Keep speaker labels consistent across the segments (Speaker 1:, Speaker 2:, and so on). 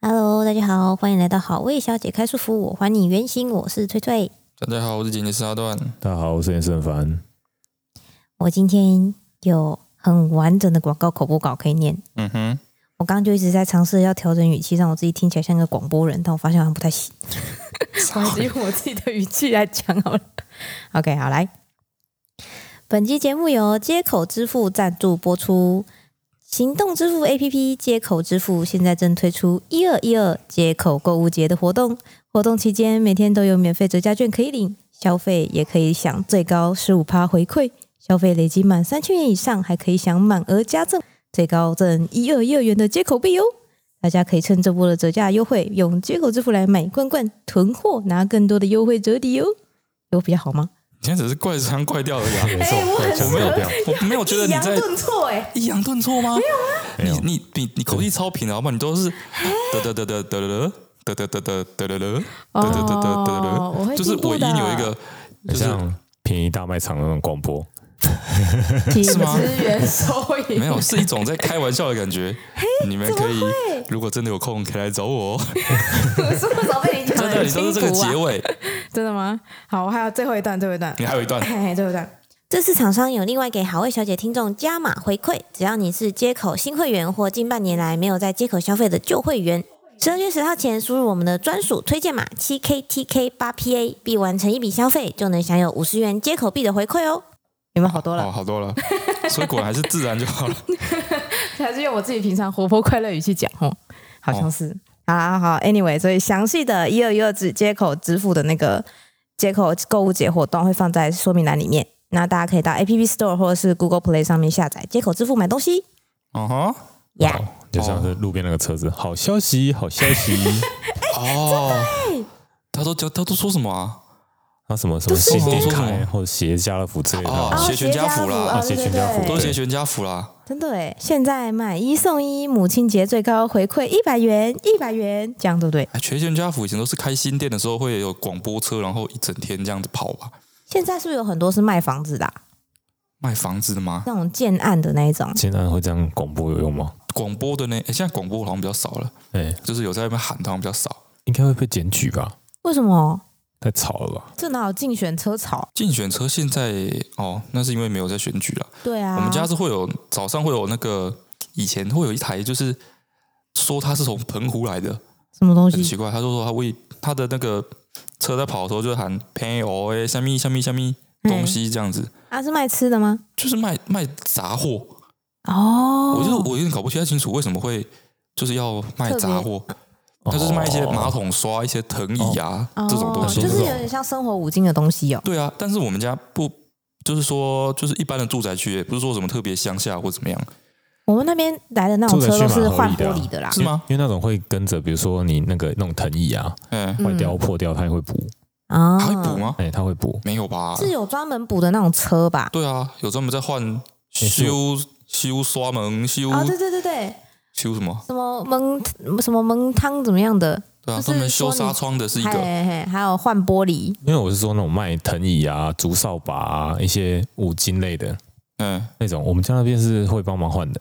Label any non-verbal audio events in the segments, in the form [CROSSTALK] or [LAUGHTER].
Speaker 1: Hello，大家好，欢迎来到好味小姐开束缚，我还你原形，我是翠翠。
Speaker 2: 大家好，我是剪辑师阿段。
Speaker 3: 大家好，我是严胜凡。
Speaker 1: 我今天有很完整的广告口播稿可以念，
Speaker 2: 嗯哼，
Speaker 1: 我刚刚就一直在尝试要调整语气，让我自己听起来像个广播人，但我发现好像不太 [LAUGHS] 行。我还是用我自己的语气来讲好了。OK，好来。本期节目由接口支付赞助播出。行动支付 APP 接口支付现在正推出“一二一二”接口购物节的活动，活动期间每天都有免费折价券可以领，消费也可以享最高十五趴回馈，消费累积满三千元以上还可以享满额加赠。最高赠一二一二元的接口币哦。大家可以趁这波的折价优惠，用接口支付来买罐罐囤货，拿更多的优惠折抵哦。有比较好吗？
Speaker 2: 你今天只是怪腔怪调而已、啊，
Speaker 3: [LAUGHS]
Speaker 1: 我很
Speaker 2: 我没
Speaker 3: 哎
Speaker 2: 有，
Speaker 3: 啊
Speaker 2: 我没有觉得你在
Speaker 1: 挫哎、
Speaker 2: 抑扬顿挫吗？
Speaker 3: 没有
Speaker 2: 你你你你口气超平的，好不好？你都是得得得得得得得得得得得得得得得得得
Speaker 1: 哦
Speaker 2: 得
Speaker 1: 我会
Speaker 2: 得，就是
Speaker 1: 进步
Speaker 2: 我一
Speaker 1: 的
Speaker 2: 定有一个，
Speaker 3: 很
Speaker 2: 就是
Speaker 3: 像便宜大卖场的那种广播，
Speaker 1: 体
Speaker 2: 是吗
Speaker 1: 源收益
Speaker 2: 没有是一种在开玩笑的感觉。你们可以，如果真的有空，可以来找我哦。
Speaker 1: 我是不早被你讲
Speaker 2: 真的，你都是这个结尾，
Speaker 1: 啊真的吗？好，我还有最后一段，最后一段 [COUGHS]
Speaker 2: 你还有一段。
Speaker 1: 嘿，对不对？这次厂商有另外给好味小姐听众加码回馈，只要你是接口新会员或近半年来没有在接口消费的旧会员，十二月十号前输入我们的专属推荐码七 KTK 八 PA，必完成一笔消费就能享有五十元接口币的回馈哦。有没有好多
Speaker 2: 哦，？好多了，所以果然还是自然就好了。
Speaker 1: [LAUGHS] 还是用我自己平常活泼快乐语气讲哦，好像是。好啦好，anyway，所以详细的一二一二指接口支付的那个接口购物节活动会放在说明栏里面，那大家可以到 App Store 或者是 Google Play 上面下载接口支付买东西。
Speaker 2: 嗯哼，
Speaker 1: 呀、
Speaker 3: 就像是路边那个车子。好消息，好消
Speaker 2: [LAUGHS]
Speaker 3: 息
Speaker 2: 哦，
Speaker 1: 欸
Speaker 2: 他都讲，他都说什么啊？
Speaker 3: 啊！什么什么
Speaker 1: 是
Speaker 3: 新
Speaker 2: 我
Speaker 3: 年
Speaker 2: 说什么
Speaker 3: 凯或者鞋家乐福之类的
Speaker 2: 哦
Speaker 3: 啊，
Speaker 2: 鞋全家福啦
Speaker 1: 哦
Speaker 3: 啊
Speaker 1: 对
Speaker 3: 鞋全
Speaker 1: 对
Speaker 3: 家福
Speaker 1: 对
Speaker 2: 都是全家福啦。
Speaker 1: 真的哎！现在买一送一，母亲节最高回馈一百元，一百元，这样对不对？
Speaker 2: 哎，全全家福以前都是开新店的时候会有广播车，然后一整天这样子跑吧，
Speaker 1: 现在是不是有很多是卖房子的啊、
Speaker 2: 卖房子的吗？
Speaker 1: 那种建案的那一种？
Speaker 3: 现在会这样广播有用吗？
Speaker 2: 广播的呢？哎，现在广播好像比较少了，
Speaker 3: 哎，
Speaker 2: 就是有在那边喊，好像比较少。
Speaker 3: 应该会被检举吧？
Speaker 1: 为什么？
Speaker 3: 太吵了吧？
Speaker 1: 这哪有竞选车潮？啊
Speaker 2: 竞选车现在哦，那是因为没有在选举了。
Speaker 1: 对啊，
Speaker 2: 我们家是会有早上会有那个以前会有一台，就是说他是从澎湖来的，
Speaker 1: 什么东
Speaker 2: 很
Speaker 1: 西？
Speaker 2: 奇怪。他就说他为他的那个车在跑的时候就喊“朋友哎，下面下面下面东西”这样子，
Speaker 1: 啊，是卖吃的吗？
Speaker 2: 就是卖卖杂货。
Speaker 1: 哦，
Speaker 2: 我就我有点搞不太清楚为什么会就是要卖杂货，他就是卖一些马桶刷、一些藤椅啊、
Speaker 1: 哦
Speaker 2: 这种东西。
Speaker 1: 就是有点像生活五金的东西哦。
Speaker 2: 对啊，但是我们家不就是说就是一般的住宅区，也不是说什么特别乡下或怎么样，
Speaker 1: 我们那边来的那种车都是换玻璃的啦，
Speaker 2: 是吗？
Speaker 3: 因为那种会跟着，比如说你那个那种藤椅啊，
Speaker 2: 嗯，
Speaker 3: 坏掉破掉，它也会补，
Speaker 1: 啊
Speaker 2: 还会补？吗？
Speaker 3: 哎，它会补。
Speaker 2: 没有吧？
Speaker 1: 是有专门补的那种车吧？
Speaker 2: 对啊，有专门在换
Speaker 3: 是
Speaker 2: 修修刷门、修
Speaker 1: 啊，对对对对，
Speaker 2: 修什么？
Speaker 1: 什么蒙什么蒙汤怎么样的？
Speaker 2: 对啊，
Speaker 1: 就是
Speaker 2: 专门修
Speaker 1: 说你
Speaker 2: 纱窗的是一
Speaker 1: 嘿
Speaker 2: 个。
Speaker 1: 嘿嘿，还有换玻璃。
Speaker 3: 因为我是说那种卖藤椅啊、竹扫把啊、一些五金类的
Speaker 2: 嗯，
Speaker 3: 那种，我们家那边是会帮忙换的，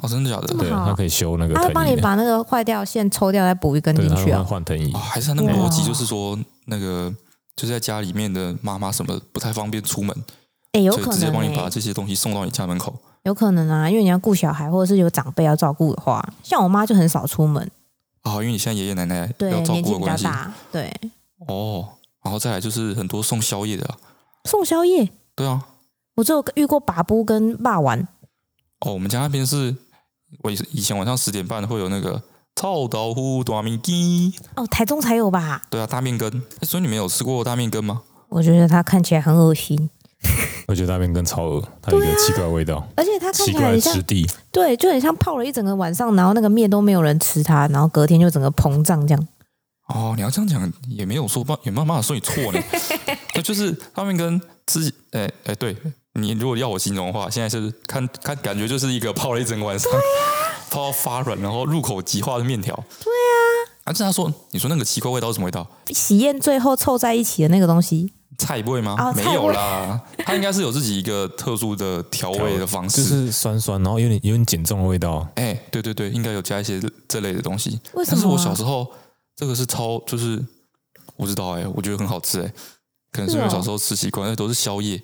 Speaker 2: 哦，真的假
Speaker 1: 这么
Speaker 2: 的？
Speaker 3: 对，
Speaker 1: 好
Speaker 3: 它可以修那个
Speaker 1: 他会帮
Speaker 3: 藤椅
Speaker 1: 你
Speaker 3: 的，
Speaker 1: 把那个坏掉的线抽掉，再补一根
Speaker 3: 对，
Speaker 1: 进
Speaker 3: 它
Speaker 1: 去
Speaker 3: 会
Speaker 1: 啊。
Speaker 3: 换藤椅
Speaker 2: 哦，。还是他那个逻辑
Speaker 1: 哇
Speaker 2: 就是说那个。就是在家里面的妈妈什么不太方便出门，
Speaker 1: 哎，有
Speaker 2: 所以
Speaker 1: 可
Speaker 2: 直接
Speaker 1: 能
Speaker 2: 帮你把
Speaker 1: 欸，
Speaker 2: 这些东西送到你家门口。
Speaker 1: 有可能啊，因为你要顾小孩，或者是有长辈要照顾的话，像我妈就很少出门，
Speaker 2: 啊，因为你现在爷爷奶奶
Speaker 1: 对，
Speaker 2: 要照
Speaker 1: 年
Speaker 2: 顾
Speaker 1: 纪
Speaker 2: 的
Speaker 1: 比较
Speaker 2: 关系
Speaker 1: 大，对，
Speaker 2: 哦，然后再来就是很多送宵夜的、啊，
Speaker 1: 送宵夜。
Speaker 2: 对啊，
Speaker 1: 我只有遇过把布跟霸丸，
Speaker 2: 哦，我们家那边是，我以以前晚上十点半会有那个臭豆腐大面筋，
Speaker 1: 哦，台中才有吧？
Speaker 2: 对啊，大面羹，诶所以你们有吃过大面羹吗？
Speaker 1: 我觉得它看起来很恶心，
Speaker 3: 我觉得那边更超恶，它有一个奇怪的味道，
Speaker 1: 而且它啊看
Speaker 3: 奇
Speaker 1: 起来
Speaker 3: 怪
Speaker 1: 很
Speaker 3: 的
Speaker 1: 像
Speaker 3: 质，地，
Speaker 1: 对，就很像泡了一整个晚上，然后那个面都没有人吃它，然后隔天就整个膨胀这样。
Speaker 2: 哦，你要这样讲也没有说办，也没有办法说你错
Speaker 1: [LAUGHS]
Speaker 2: 呢，那就是大面羹吃，哎、诶哎、对你如果要我形容的话，现在是看看感觉就是一个泡了一整个晚上，泡到发软，然后入口即化的面条，对啊，就是他说，你说那个奇怪味道是什么味道？
Speaker 1: 喜宴最后凑在一起的那个东西，
Speaker 2: 菜味吗？
Speaker 1: 哦
Speaker 2: 没
Speaker 1: 菜
Speaker 2: 有
Speaker 1: 味
Speaker 2: 啦，它应该是有自己一个特殊的调味的方式。
Speaker 3: 就是酸酸，然后有点有点碱重的味道。哦
Speaker 2: 哎、对对对，应该有加一些这类的东西。
Speaker 1: 为什么啊
Speaker 2: 但是我小时候这个是超，就是我知道哎、我觉得很好吃哎、可能是因为
Speaker 1: 是哦
Speaker 2: 小时候吃习惯，那都是宵夜。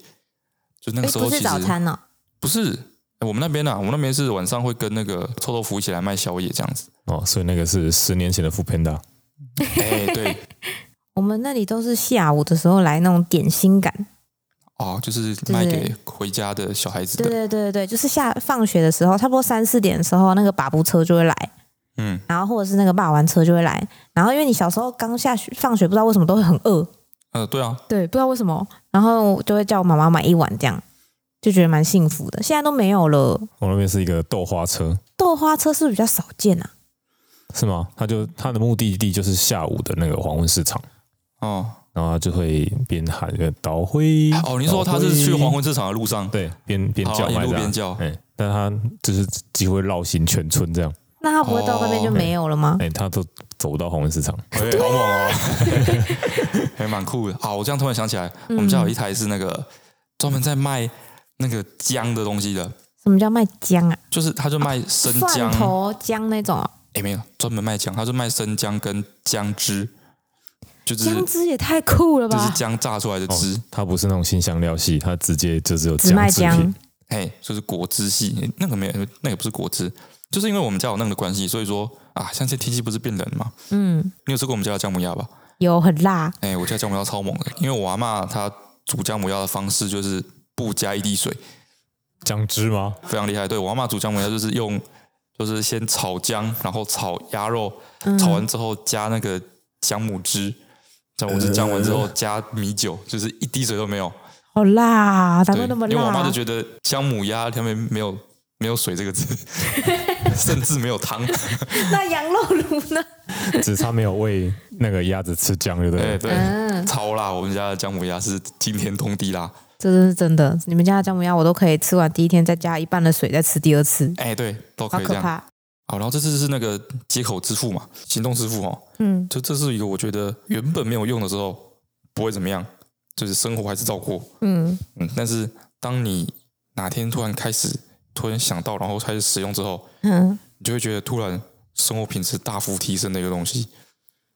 Speaker 2: 就那
Speaker 1: 哎
Speaker 2: 个时候
Speaker 1: 不
Speaker 2: 其
Speaker 1: 是
Speaker 2: 实
Speaker 1: 早餐哦，
Speaker 2: 不是哎我们那边啊，我们那边是晚上会跟那个臭豆腐一起来卖宵夜这样
Speaker 1: [LAUGHS]
Speaker 2: 子。
Speaker 3: 哦，所以那个是十年前的副 panda，
Speaker 2: 哎、对，
Speaker 1: 我们那里都是下午的时候来那种点心感。
Speaker 2: 哦，就是
Speaker 1: 是
Speaker 2: 卖给回家的小孩子
Speaker 1: 对
Speaker 2: 的。
Speaker 1: 对对对，就是下放学的时候，差不多三四点的时候，那个把布车就会来，
Speaker 2: 嗯，
Speaker 1: 然后或者是那个霸王车就会来。然后因为你小时候刚下学放学，不知道为什么都会很饿，
Speaker 2: 呃，对啊，
Speaker 1: 对，不知道为什么，然后我就会叫我妈妈买一碗这样，就觉得蛮幸福的。现在都没有了，
Speaker 3: 我那边是一个豆花车，
Speaker 1: 豆花车是不是比较少见啊？
Speaker 3: 是吗？它就它的目的地就是下午的那个黄昏市场，
Speaker 2: 哦
Speaker 3: 然后它就会边喊着“倒灰”，
Speaker 1: 嗯
Speaker 2: 哦，你说他
Speaker 3: 倒
Speaker 2: 是
Speaker 3: 灰
Speaker 2: 去黄昏市场的路上，
Speaker 3: 对，边边
Speaker 2: 好
Speaker 3: 叫
Speaker 2: 一
Speaker 3: 卖
Speaker 2: 路
Speaker 3: 这样
Speaker 2: 边叫
Speaker 3: 哎、但他就是几乎会绕行全村这样，
Speaker 1: 那它不会到那
Speaker 2: 哦
Speaker 1: 边就没有了吗？
Speaker 3: 哎、他都走到黄昏市场，
Speaker 2: 哎好猛哦， [LAUGHS] 还蛮酷的。好，我这样突然想起来，嗯我们家有一台是那个专门在卖那个姜的东西的，
Speaker 1: 什么叫卖姜啊？
Speaker 2: 就是他就卖生
Speaker 1: 蒜
Speaker 2: 姜，
Speaker 1: 头姜那种啊、
Speaker 2: 哎，没有专门卖姜，他是卖生姜跟姜汁，就是
Speaker 1: 姜汁也太酷了
Speaker 2: 就是
Speaker 1: 吧！
Speaker 2: 姜榨出来的汁，
Speaker 3: 他不是那种新香料系，他直接就只有
Speaker 1: 只卖
Speaker 3: 制品
Speaker 1: 姜，
Speaker 2: 哎、就是果汁系，那个没有，那个不是果汁，就是因为我们家有那个的关系，所以说啊，像这天气不是变冷嘛，
Speaker 1: 嗯，
Speaker 2: 你有吃过我们家的姜母鸭吧？
Speaker 1: 有很辣，
Speaker 2: 哎、我家姜母鸭超猛的，因为我阿妈她煮姜母鸭的方式就是不加一滴水，
Speaker 3: 姜汁吗？
Speaker 2: 非常厉害。对我阿妈煮姜母鸭就是用，就是先炒姜，然后炒鸭肉，
Speaker 1: 嗯
Speaker 2: 炒完之后加那个姜母汁，姜母汁姜完之后加米酒，就是一滴水都没有。
Speaker 1: 好辣，难
Speaker 2: 对，
Speaker 1: 怪那么
Speaker 2: 因为我阿妈
Speaker 1: 辣啊
Speaker 2: 就。觉得姜母鸭他们没有没有水这个
Speaker 1: [LAUGHS]
Speaker 2: 字，甚至没有汤。
Speaker 1: 那羊肉炉呢？
Speaker 3: 只差没有喂那个鸭子吃姜，对不
Speaker 2: 对
Speaker 3: 对？
Speaker 2: 哎对，
Speaker 1: 嗯
Speaker 2: 超辣！我们家的姜母鸭是惊天通地辣。
Speaker 1: 这是真的，你们家的姜母鸭我都可以吃完第一天再加一半的水再吃第二次，
Speaker 2: 哎、对，都
Speaker 1: 好
Speaker 2: 可以这
Speaker 1: 可
Speaker 2: 样。
Speaker 1: 怕。
Speaker 2: 好，然后这次是那个接口支付嘛，行动支付哦，
Speaker 1: 嗯，
Speaker 2: 就这是一个我觉得原本没有用的时候不会怎么样，就是生活还是照过，
Speaker 1: 嗯，
Speaker 2: 嗯，但是当你哪天突然开始突然想到，然后开始使用之后，
Speaker 1: 嗯，
Speaker 2: 你就会觉得突然生活品质大幅提升的一个东西。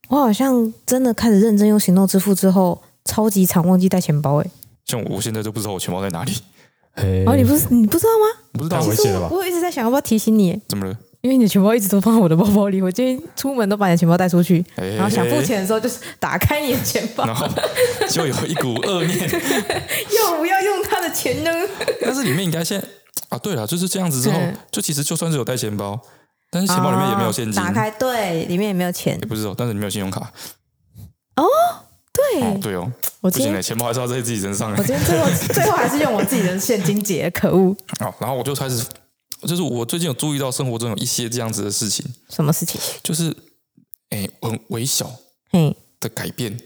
Speaker 1: 我好像真的开始认真用行动支付之后，超级常忘记带钱包哎、
Speaker 2: 像我现在就不知道我钱包在哪里，
Speaker 3: 哎，
Speaker 1: 哦，你不是你不知道吗？
Speaker 2: 不知道
Speaker 3: 太
Speaker 2: 我
Speaker 3: 危险了吧？
Speaker 1: 我一直在想要不要提醒你、欸
Speaker 2: 怎么了，
Speaker 1: 因为你的钱包一直都放在我的包包里，我今天出门都把你的钱包带出去，
Speaker 2: 哎
Speaker 1: 然后想付钱的时候就是打开你的钱
Speaker 2: [LAUGHS]
Speaker 1: 包，
Speaker 2: 然后就有一股恶念。
Speaker 1: 要不要用他的钱呢？
Speaker 2: 但是里面应该现啊，对了，就是这样子之后
Speaker 1: 嗯，
Speaker 2: 就其实就算是有带钱包，但是钱包里面也没有现金，
Speaker 1: 哦打开对，里面也没有钱
Speaker 2: 也。不是哦，但是你没有信用卡。
Speaker 1: 对，
Speaker 2: 哦，对哦，
Speaker 1: 我
Speaker 2: 不
Speaker 1: 今
Speaker 2: 行
Speaker 1: 天
Speaker 2: 嘞，钱包还是要在自己身上欸嘞
Speaker 1: 我。今天最后最后还是用我自己的现金结，可恶！
Speaker 2: 好，然后我就开始，就是我最近有注意到生活中有一些这样子的事情，
Speaker 1: [LAUGHS] 什么事情？
Speaker 2: 就是哎很微小
Speaker 1: 嘿，
Speaker 2: 的改变，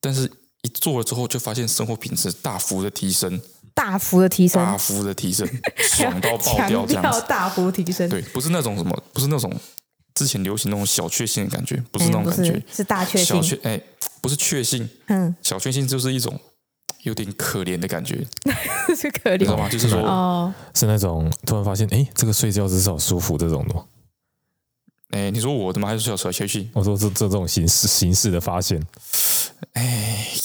Speaker 2: 但是一做了之后就发现生活品质大幅的提升，
Speaker 1: 大幅的提升，
Speaker 2: 大幅的提升，爽到爆掉
Speaker 1: 强
Speaker 2: 这样
Speaker 1: 调
Speaker 2: 子。
Speaker 1: 大幅提升， [LAUGHS]
Speaker 2: 对，不是那种什么，不是那种之前流行那种小确幸的感觉，不
Speaker 1: 不
Speaker 2: 是那种感觉，
Speaker 1: 哎是大确
Speaker 2: 小
Speaker 1: 幸。
Speaker 2: 确哎不是确幸，
Speaker 1: 嗯，
Speaker 2: 小确幸就是一种有点可怜的感觉，
Speaker 1: [LAUGHS] 是可
Speaker 2: 你知道
Speaker 1: 怜
Speaker 2: 吗？就是说，
Speaker 1: 哦，
Speaker 3: 是那种突然发现，哎，这个睡觉姿势好舒服这种的吗。
Speaker 2: 哎，你说我的吗？还是小小确幸？ [LAUGHS]
Speaker 3: 我说这这这种形式形式的发现，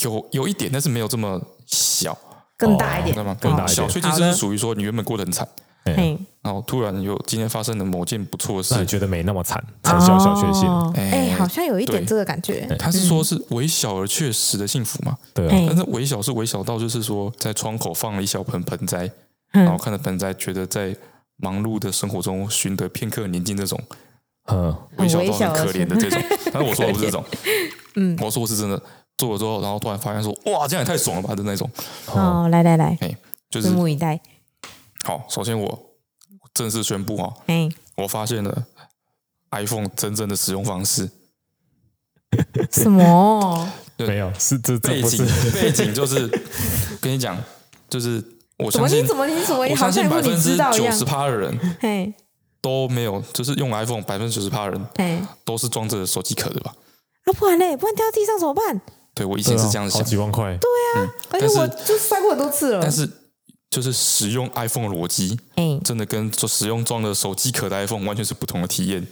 Speaker 2: 有有一点，但是没有这么小，
Speaker 1: 更大一
Speaker 2: 你
Speaker 1: 点
Speaker 2: 知道。吗？
Speaker 3: 更大一点
Speaker 2: 小确幸
Speaker 1: 好
Speaker 2: 就
Speaker 1: 的
Speaker 2: 是属于说你原本过得很惨，
Speaker 1: 嘿，
Speaker 2: 然后突然有今天发生了某件不错的
Speaker 3: 那你
Speaker 2: 事，
Speaker 3: 觉得没那么惨，才叫小确幸。
Speaker 1: 哦哎，
Speaker 2: 哎
Speaker 1: 好嗯像有一点
Speaker 2: 对
Speaker 1: 这个感觉。
Speaker 2: 他是说是微小而确实的幸福嘛？
Speaker 3: 对啊，
Speaker 1: 哎
Speaker 2: 但，是微小是微小到就是说在窗口放了一小盆盆栽，然后
Speaker 1: 嗯，
Speaker 2: 看着盆栽，觉得在忙碌的生活中寻得片刻宁静，这种
Speaker 3: 嗯，
Speaker 1: 很
Speaker 2: 微小
Speaker 1: 微
Speaker 2: 到
Speaker 1: 小
Speaker 2: 很
Speaker 1: 而
Speaker 2: 可怜的这种。但是我说的不是这种，
Speaker 1: [LAUGHS] 嗯，
Speaker 2: 我说我是真的做了之后，然后突然发现说哇，这样也太爽了吧的那种，
Speaker 3: 哦，
Speaker 1: 哦，来来来，
Speaker 2: 就是
Speaker 1: 拭目以待。
Speaker 2: 好。首先我正式宣布啊，
Speaker 1: 哎，
Speaker 2: 我发现了 iPhone 真正的使用方式，
Speaker 1: 什么？
Speaker 2: 对
Speaker 3: 没有，是这这
Speaker 2: 背
Speaker 3: 不
Speaker 2: 景
Speaker 3: 是
Speaker 2: 背景就是跟你讲，就是我
Speaker 1: 怎么
Speaker 2: [LAUGHS] 相
Speaker 1: 你
Speaker 2: 信
Speaker 1: 怎么你怎么你
Speaker 2: 我
Speaker 1: 好
Speaker 2: 相
Speaker 1: 像
Speaker 2: 信
Speaker 1: 不
Speaker 2: 百
Speaker 1: 你
Speaker 2: 分
Speaker 1: 知
Speaker 2: 之
Speaker 1: 道一
Speaker 2: 九
Speaker 1: 样
Speaker 2: 十？趴的人
Speaker 1: 嘿，
Speaker 2: 都没有，就是用 iPhone 百分之九十趴人
Speaker 1: 哎、
Speaker 2: 都是装着手机壳的吧？
Speaker 1: 啊，不然嘞，不然掉地上怎么办？
Speaker 2: 对我以
Speaker 3: 对
Speaker 2: 前
Speaker 3: 啊
Speaker 2: 是这样
Speaker 3: 好
Speaker 2: 想，
Speaker 3: 几万块，
Speaker 1: 而
Speaker 2: 但
Speaker 1: 且
Speaker 2: 是
Speaker 1: 我就摔过很多次了。
Speaker 2: 但是就是使用 iPhone 的逻辑，
Speaker 1: 哎、
Speaker 2: 真的跟就使用装了手机壳的 iPhone 完全是不同的体验，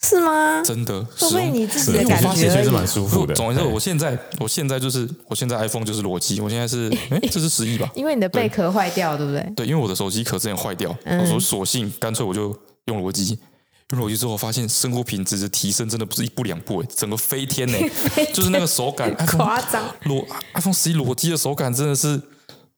Speaker 1: 是吗？
Speaker 2: 真的。使
Speaker 1: 说不定
Speaker 2: 用
Speaker 1: 你自己的
Speaker 2: 因为
Speaker 1: 感
Speaker 2: 我发
Speaker 1: 觉
Speaker 2: 现
Speaker 1: 而
Speaker 3: 确
Speaker 1: 已
Speaker 3: 实蛮舒服的。
Speaker 2: 总之，我现在我现在就是我现在 iPhone 就是裸机，我现在是哎、这是十亿吧？
Speaker 1: 因为你的贝壳坏掉，对不对？
Speaker 2: 对，因为我的手机壳之前坏掉，
Speaker 1: 嗯
Speaker 2: 我说索性干脆我就用裸机。用裸机之后，发现生活品质的提升真的不是一步两步、哎，整个飞天
Speaker 1: [LAUGHS]
Speaker 2: 呢、就是那个手感，iPhone
Speaker 1: 夸张。
Speaker 2: 裸 iPhone 十一裸机的手感真的是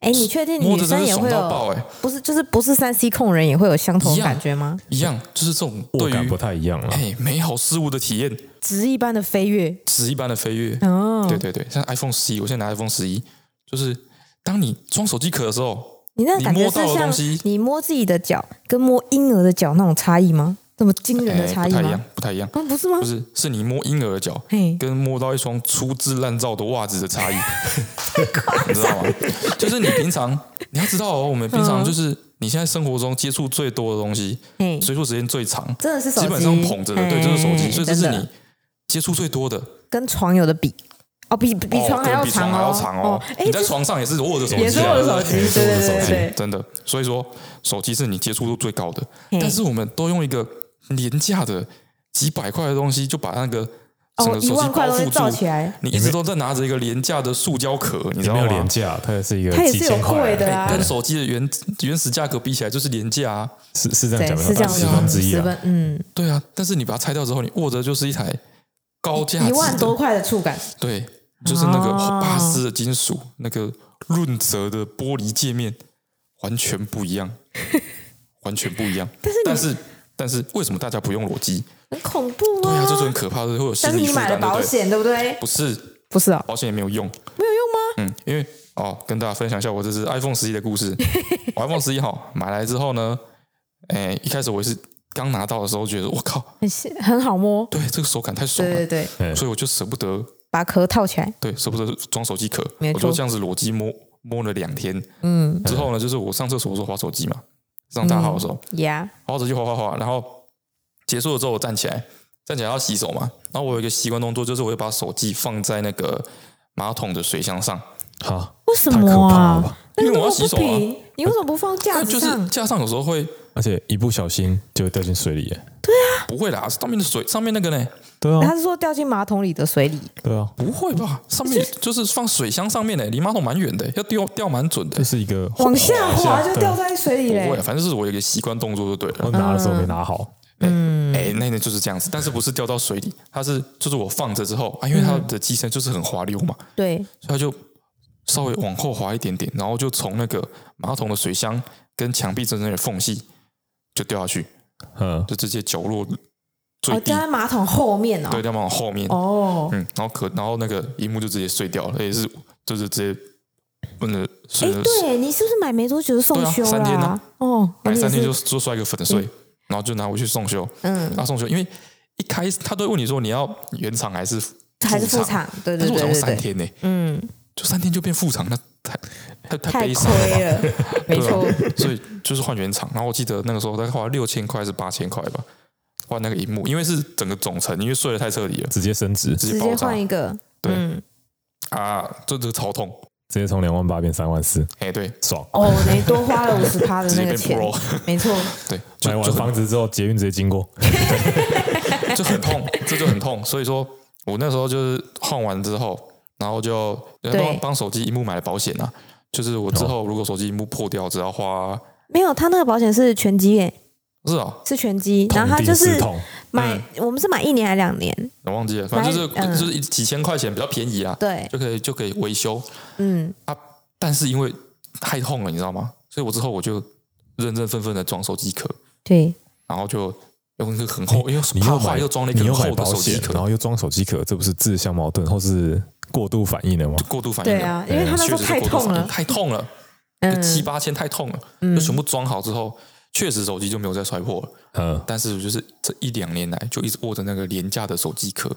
Speaker 1: 哎、你确定
Speaker 2: 摸
Speaker 1: 女
Speaker 2: 着真
Speaker 1: 生
Speaker 2: 的
Speaker 1: 也
Speaker 2: 爽
Speaker 1: 会有？
Speaker 2: 到爆、哎，
Speaker 1: 不是，就是不是三 C 控人也会有相同
Speaker 2: 一
Speaker 1: 的
Speaker 2: 样
Speaker 1: 感觉吗？
Speaker 2: 一样就是这
Speaker 3: [LAUGHS]
Speaker 2: 种
Speaker 3: 握
Speaker 2: 对
Speaker 3: 感
Speaker 2: 于
Speaker 3: 不太一样啊了。
Speaker 2: 哎、美好事物的体验，
Speaker 1: 值一般的飞跃
Speaker 2: 纸一般的飞跃。
Speaker 1: 哦。
Speaker 2: 对对对，像 iPhone 十一，我现在拿 iPhone 十一，就是当你装手机壳的时候，
Speaker 1: 你那个感觉
Speaker 2: 你
Speaker 1: 是
Speaker 2: 摸到的
Speaker 1: 像
Speaker 2: 东西
Speaker 1: 你摸自己的脚跟摸婴儿的脚那种差异吗？这么惊人的
Speaker 2: 哎
Speaker 1: 差
Speaker 2: 不
Speaker 1: 异
Speaker 2: 太一
Speaker 1: 吗
Speaker 2: 样？，不太一样，
Speaker 1: 啊，不是吗
Speaker 2: 不？是，是你摸婴儿的脚，
Speaker 1: 嘿，
Speaker 2: 跟摸到一双粗制滥造的袜子的
Speaker 1: [LAUGHS]
Speaker 2: 差异，你知道吗？就是你平常你要知道哦，我们平
Speaker 1: 嗯
Speaker 2: 常就是你现在生活中接触最多的东西，
Speaker 1: 嘿，
Speaker 2: 接触时间最长，
Speaker 1: 真的嗯是手机，
Speaker 2: 基本上捧着的，对，就是手
Speaker 1: 哎
Speaker 2: 机，所以这是
Speaker 1: 真的
Speaker 2: 你接触最多的，
Speaker 1: 跟床有的比哦，比比
Speaker 2: 哦
Speaker 1: 床还
Speaker 2: 对
Speaker 1: 要
Speaker 2: 比床
Speaker 1: 长
Speaker 2: 还
Speaker 1: 哦，
Speaker 2: 要长哦。
Speaker 1: 哎
Speaker 2: 你，在
Speaker 1: 这
Speaker 2: 床上也是握着手机啊，
Speaker 1: 也是握着手机，
Speaker 3: 也是
Speaker 1: 对
Speaker 3: 握
Speaker 1: 对
Speaker 3: 着手
Speaker 1: 对
Speaker 3: 机
Speaker 1: 对
Speaker 2: 真的。所以说，手机是你接触度最高的，
Speaker 1: 对，
Speaker 2: 但是我们都用一个廉价的几百块的东西，就把那个整
Speaker 1: 哦
Speaker 2: 个，
Speaker 1: 一
Speaker 2: 手机
Speaker 1: 万块
Speaker 2: 包
Speaker 1: 东西
Speaker 2: 覆
Speaker 1: 造
Speaker 2: 住
Speaker 1: 起。来，
Speaker 2: 你一直都在拿着一个廉价的塑胶壳，你知
Speaker 3: 也
Speaker 2: 道
Speaker 3: 没有廉
Speaker 2: 吗？
Speaker 3: 价，它也是一个
Speaker 1: 它也
Speaker 3: 几
Speaker 1: 是有
Speaker 3: 千块
Speaker 1: 贵的啊
Speaker 2: 跟手机的原原始价格比起来，就是廉价啊。
Speaker 3: 是是这样
Speaker 1: 对，
Speaker 3: 讲的，
Speaker 1: 是这样
Speaker 3: 十
Speaker 1: 子
Speaker 3: 分
Speaker 1: 吗？
Speaker 3: 之一
Speaker 1: 十
Speaker 3: 啊，
Speaker 1: 分，嗯，
Speaker 2: 对啊，但是你把它拆掉之后，你握着就是一台高价值
Speaker 1: 一
Speaker 2: 的
Speaker 1: 万多，块的触感，
Speaker 2: 对，就是那个
Speaker 1: 哦
Speaker 2: 巴斯的金属，那个润泽的玻璃界面，完全不
Speaker 1: [LAUGHS]
Speaker 2: 一样，完全不一样。但是但是但是为什么大家不用裸机？
Speaker 1: 很恐怖
Speaker 2: 对啊
Speaker 1: 啊，！
Speaker 2: 这就很可怕，就是会有心
Speaker 1: 但是
Speaker 2: 理
Speaker 1: 你
Speaker 2: 负
Speaker 1: 买了
Speaker 2: 担，对
Speaker 1: 保
Speaker 2: 不对？
Speaker 1: 险，对不对？
Speaker 2: 不是，
Speaker 1: 不是哦，
Speaker 2: 保险也没有用，
Speaker 1: 没有用吗？
Speaker 2: 嗯，因为哦，跟大家分享一下我这是 iPhone 十一的故事。我 iPhone 十一号买来之后呢，哎，一开始我也是刚拿到的时候觉得我靠，
Speaker 1: 很细很好摸，
Speaker 2: 对这个手感太爽
Speaker 1: 对
Speaker 2: 了
Speaker 1: 对，对，
Speaker 3: 对
Speaker 2: 所以我就舍不得，
Speaker 1: 把壳套起来，
Speaker 2: 对，舍不得装手机壳
Speaker 1: 没，
Speaker 2: 我
Speaker 1: 错
Speaker 2: 就这样子裸机摸摸了两天。
Speaker 1: 嗯
Speaker 2: 之后呢，就是我上厕所的时候滑手机嘛，上大号的时候
Speaker 1: 呀，
Speaker 2: 滑手机滑滑滑，然后结束了之后我站起来，站起来要洗手嘛，然后我有一个习惯动作，就是我会把手机放在那个马桶的水箱上。
Speaker 3: 好，
Speaker 1: 为什
Speaker 3: 太可
Speaker 1: 么
Speaker 3: 怕了
Speaker 1: 啊？
Speaker 3: 吧？
Speaker 1: 那
Speaker 2: 因
Speaker 1: 个
Speaker 2: 为我要
Speaker 1: 那
Speaker 2: 洗
Speaker 1: 么
Speaker 2: 手
Speaker 1: 不
Speaker 2: 啊
Speaker 1: 平，你为什么不放架
Speaker 2: 那
Speaker 1: 子
Speaker 2: 就是
Speaker 1: 上？
Speaker 2: 架上有时候会
Speaker 3: 而且一不小心就会掉进水里耶。
Speaker 2: 不会啦，上面的水上面那个呢？
Speaker 3: 对啊
Speaker 1: 他，是说掉进马桶里的水里，
Speaker 3: 对啊，
Speaker 2: 不会吧？上面就是放水箱上面呢，离马桶蛮远的，要掉掉蛮准的
Speaker 3: 这。是一个
Speaker 2: 哦
Speaker 1: 往下滑就
Speaker 3: 对
Speaker 1: 掉在水
Speaker 2: 不
Speaker 1: 里
Speaker 2: 会
Speaker 1: 嘞
Speaker 2: 啊，。反正是我有一个习惯动作就对了
Speaker 3: 我。拿的时候
Speaker 1: 嗯
Speaker 3: 没拿好，
Speaker 2: 哎、那个就是这样子，但是不是掉到水里，它是就是我放着之后啊，因为它
Speaker 1: 嗯
Speaker 2: 的机身就是很滑溜嘛，
Speaker 1: 对，
Speaker 2: 所以它就稍微往后滑一点点，然后就从那个马桶的水箱跟墙壁之间的缝隙就掉下去，
Speaker 3: 嗯，
Speaker 2: 就直接角落最
Speaker 1: 哦，
Speaker 2: 低，
Speaker 1: 掉在马桶后面
Speaker 2: 对，
Speaker 1: 哦。
Speaker 2: 掉往后面，
Speaker 1: 哦，
Speaker 2: 嗯，然后可然后那个荧幕就直接碎掉了，也是就是直接问了
Speaker 1: 哎
Speaker 2: 碎了，，
Speaker 1: 对你是不是买没多久就送修
Speaker 2: 对啊三天
Speaker 1: 啦
Speaker 2: 啊？
Speaker 1: 哦，
Speaker 2: 买
Speaker 1: 你也
Speaker 2: 三天
Speaker 1: 是
Speaker 2: 就就摔个粉碎，然后就拿回去送修，
Speaker 1: 嗯，
Speaker 2: 啊送修，因为一开始他都会问你说你要原厂还是
Speaker 1: 还是
Speaker 2: 复
Speaker 1: 副厂，对
Speaker 2: 但
Speaker 1: 对
Speaker 2: 是我
Speaker 1: 对
Speaker 2: 想
Speaker 1: 对
Speaker 2: 三
Speaker 1: 对，
Speaker 2: 天呢、
Speaker 1: 嗯，
Speaker 2: 就三天就变副厂，那太太太
Speaker 1: 太
Speaker 2: 悲伤了吧啊
Speaker 1: 亏了，没错，
Speaker 2: [LAUGHS] 所以就是换原厂。然后我记得那个时候大概花六千块还是八千块吧，换那个荧幕，因为是整个总成，因为碎的太彻底了，
Speaker 3: 直接升值，
Speaker 2: 直
Speaker 1: 直
Speaker 2: 接爆
Speaker 1: 接
Speaker 2: 炸
Speaker 1: 换一个，
Speaker 2: 对
Speaker 1: 嗯，
Speaker 2: 啊，这这个超痛。
Speaker 3: 直接从两万八变三万四，
Speaker 2: 哎、对，
Speaker 3: 爽！
Speaker 1: 哦，等于多
Speaker 2: [LAUGHS]
Speaker 1: 花了五十趴的
Speaker 2: 直接
Speaker 1: 那
Speaker 2: 变
Speaker 1: 个
Speaker 3: [LAUGHS]
Speaker 1: 钱，
Speaker 2: pro，
Speaker 1: 没错，
Speaker 2: 对，就
Speaker 3: 买完
Speaker 2: 就很
Speaker 3: 房子之后，捷运直接经过，
Speaker 2: [LAUGHS] 就很痛，这就很痛。所以说我那时候就是换完之后，然后就呃帮帮手机荧幕买了保险啊，就是我之后如果手机荧幕破掉，只要花
Speaker 1: 没有，他那个保险是全机耶，
Speaker 2: 是啊，
Speaker 1: 是全机，然
Speaker 3: 痛
Speaker 1: 后他
Speaker 3: 定
Speaker 1: 就
Speaker 3: 思
Speaker 1: 是
Speaker 3: 痛，
Speaker 1: 买，
Speaker 2: 嗯
Speaker 1: 我们是买一年还两年，
Speaker 2: 我忘记了，反正就是、
Speaker 1: 反正嗯
Speaker 2: 就是一几千块钱比较便宜啊，
Speaker 1: 对，
Speaker 2: 就可以就可以维修。
Speaker 1: 嗯，
Speaker 2: 但是因为太痛了，你知道吗？所以我之后我就认认真真的装手机壳，
Speaker 1: 对，
Speaker 2: 然后就用一个很厚，因为
Speaker 3: 你
Speaker 2: 怕
Speaker 3: 又
Speaker 2: 坏
Speaker 3: 买
Speaker 2: 又装了一个
Speaker 3: 你又
Speaker 2: 很
Speaker 3: 买
Speaker 2: 厚的
Speaker 3: 保
Speaker 2: 手机
Speaker 3: 险，然
Speaker 2: 壳，
Speaker 3: 后又装手机壳，这不是自相矛盾或是过度反应了吗？
Speaker 2: 过度反应
Speaker 1: 对
Speaker 2: 了。
Speaker 1: 啊，因为他那时
Speaker 2: 确
Speaker 1: 候
Speaker 2: 实
Speaker 1: 太
Speaker 2: 是过度
Speaker 1: 痛
Speaker 2: 反应，
Speaker 1: 了，
Speaker 2: 太痛了，
Speaker 1: 嗯，
Speaker 2: 七八千太痛了，就全部装好之后，确实手机就没有再摔破了。
Speaker 3: 嗯，
Speaker 2: 但是就是这一两年来，就一直握着那个廉价的手机壳，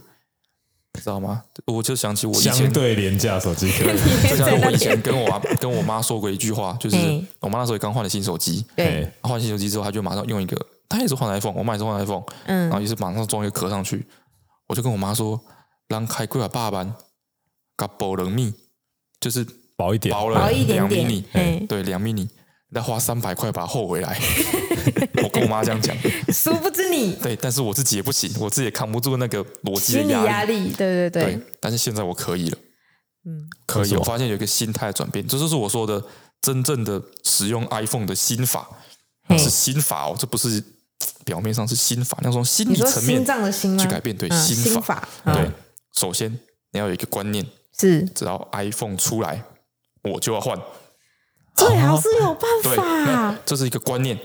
Speaker 2: 你知道吗？我就想起我以
Speaker 3: 相
Speaker 2: 前
Speaker 3: 对廉价手机壳，
Speaker 1: [LAUGHS]
Speaker 3: 哎
Speaker 2: 就像我以
Speaker 1: 边
Speaker 2: 前跟我啊跟我妈说过一句话，就是
Speaker 1: 嗯
Speaker 2: 我妈那时候也刚换了新手机，
Speaker 1: 对，
Speaker 2: 换新手机之后，她就马上用一个他也是换 iPhone，我妈也是换 iPhone，然后
Speaker 1: 嗯，
Speaker 2: 也是马上装一个壳上去。我就跟我妈说，让开贵啊爸班，嘎薄冷密，就是
Speaker 3: 薄一点，
Speaker 2: 薄
Speaker 1: 薄
Speaker 2: 了
Speaker 1: 一点
Speaker 2: 两
Speaker 1: 点
Speaker 2: mini，，
Speaker 1: 哎，
Speaker 2: 对，两 mini，再花三百块把它厚回
Speaker 1: [LAUGHS]
Speaker 2: 来。我跟我妈这样讲，
Speaker 1: 殊不知 [LAUGHS] 你
Speaker 2: 对，但是我自己也不行，我自己也扛不住那个逻辑的
Speaker 1: 心理
Speaker 2: 压
Speaker 1: 压
Speaker 2: 力。
Speaker 1: 力，对对
Speaker 2: 对，，但是现在我可以了，
Speaker 1: 嗯，
Speaker 3: 可以
Speaker 2: 我
Speaker 3: 哦
Speaker 2: 发现有一个心态的转变，这就是我说的真正的使用 iPhone 的心法，
Speaker 1: 嘿
Speaker 2: 是心法哦，这不是表面上是心法，那种心
Speaker 1: 你
Speaker 2: 理
Speaker 1: 说
Speaker 2: 层面
Speaker 1: 心脏的心吗？
Speaker 2: 去改变对
Speaker 1: 嗯
Speaker 2: 心
Speaker 1: 心
Speaker 2: 法
Speaker 1: 法，
Speaker 2: 对
Speaker 1: 嗯，哦
Speaker 2: 首先你要有一个观念，
Speaker 1: 是
Speaker 2: 只要 iPhone 出来，我就要换。
Speaker 1: 最好是有办
Speaker 2: 对，
Speaker 1: 法
Speaker 2: 那这是一个观念，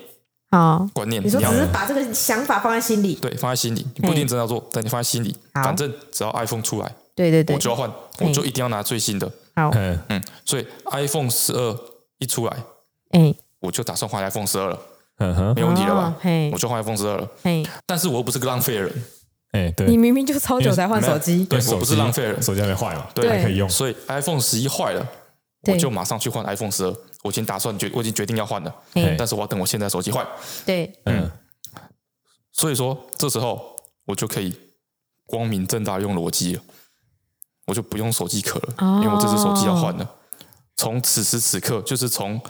Speaker 1: 好，
Speaker 2: 观念
Speaker 1: 你说只
Speaker 2: 要
Speaker 1: 是把这个想法放在心里，
Speaker 2: 对放在心里，你不一定真的要做，但你放在心里，
Speaker 1: 好
Speaker 2: 反正只要 iPhone 出来，
Speaker 1: 对对对
Speaker 2: 我，就要换，
Speaker 1: 嘿
Speaker 2: 我就一定要拿最新的。
Speaker 1: 好，
Speaker 3: 嗯，
Speaker 2: 嗯，所以 iPhone 十二一出来，
Speaker 1: 哎，
Speaker 2: 我就打算换 iPhone 十二了，
Speaker 3: 嗯哼，
Speaker 2: 没问题了
Speaker 1: 哦
Speaker 2: 吧？
Speaker 1: 嘿
Speaker 2: 我，就换 iPhone 十二了，
Speaker 1: 嘿，
Speaker 2: 但是我又不是个浪费的人，
Speaker 3: 哎，对，
Speaker 1: 你明明就超久才换
Speaker 2: 没有
Speaker 1: 手机，
Speaker 2: 对
Speaker 3: 因为手
Speaker 2: 我不是
Speaker 3: 机
Speaker 2: 浪费了
Speaker 3: 手机还没坏嘛，
Speaker 2: 对
Speaker 3: 还可以用，
Speaker 2: 所以 iPhone 十一坏了，
Speaker 1: 对
Speaker 2: 我就马上去换 iPhone 十二。我已经打算决，我已经决定要换了，
Speaker 1: 嘿
Speaker 3: 嘿，
Speaker 2: 但是我要等我现在手机坏。
Speaker 1: 对，
Speaker 3: 哎嗯，
Speaker 2: 所以说这时候我就可以光明正大用逻辑了，我就不用手机壳了，
Speaker 1: 哦
Speaker 2: 因为我这只手机要换了。从此时此刻，就是从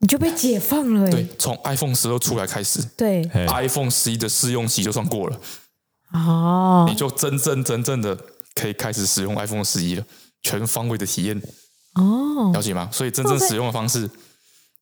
Speaker 1: 你就被解放了，
Speaker 2: 对
Speaker 1: 哎，
Speaker 2: 从 iPhone 十二出来开始
Speaker 1: 对，
Speaker 3: 嘿
Speaker 2: ，iPhone 十一的试用期就算过了，
Speaker 1: 哦
Speaker 2: 你，就真真真正的可以开始使用 iPhone 十一了，全方位的体验，
Speaker 1: 哦，
Speaker 2: 了解吗？所以真正使用的方式，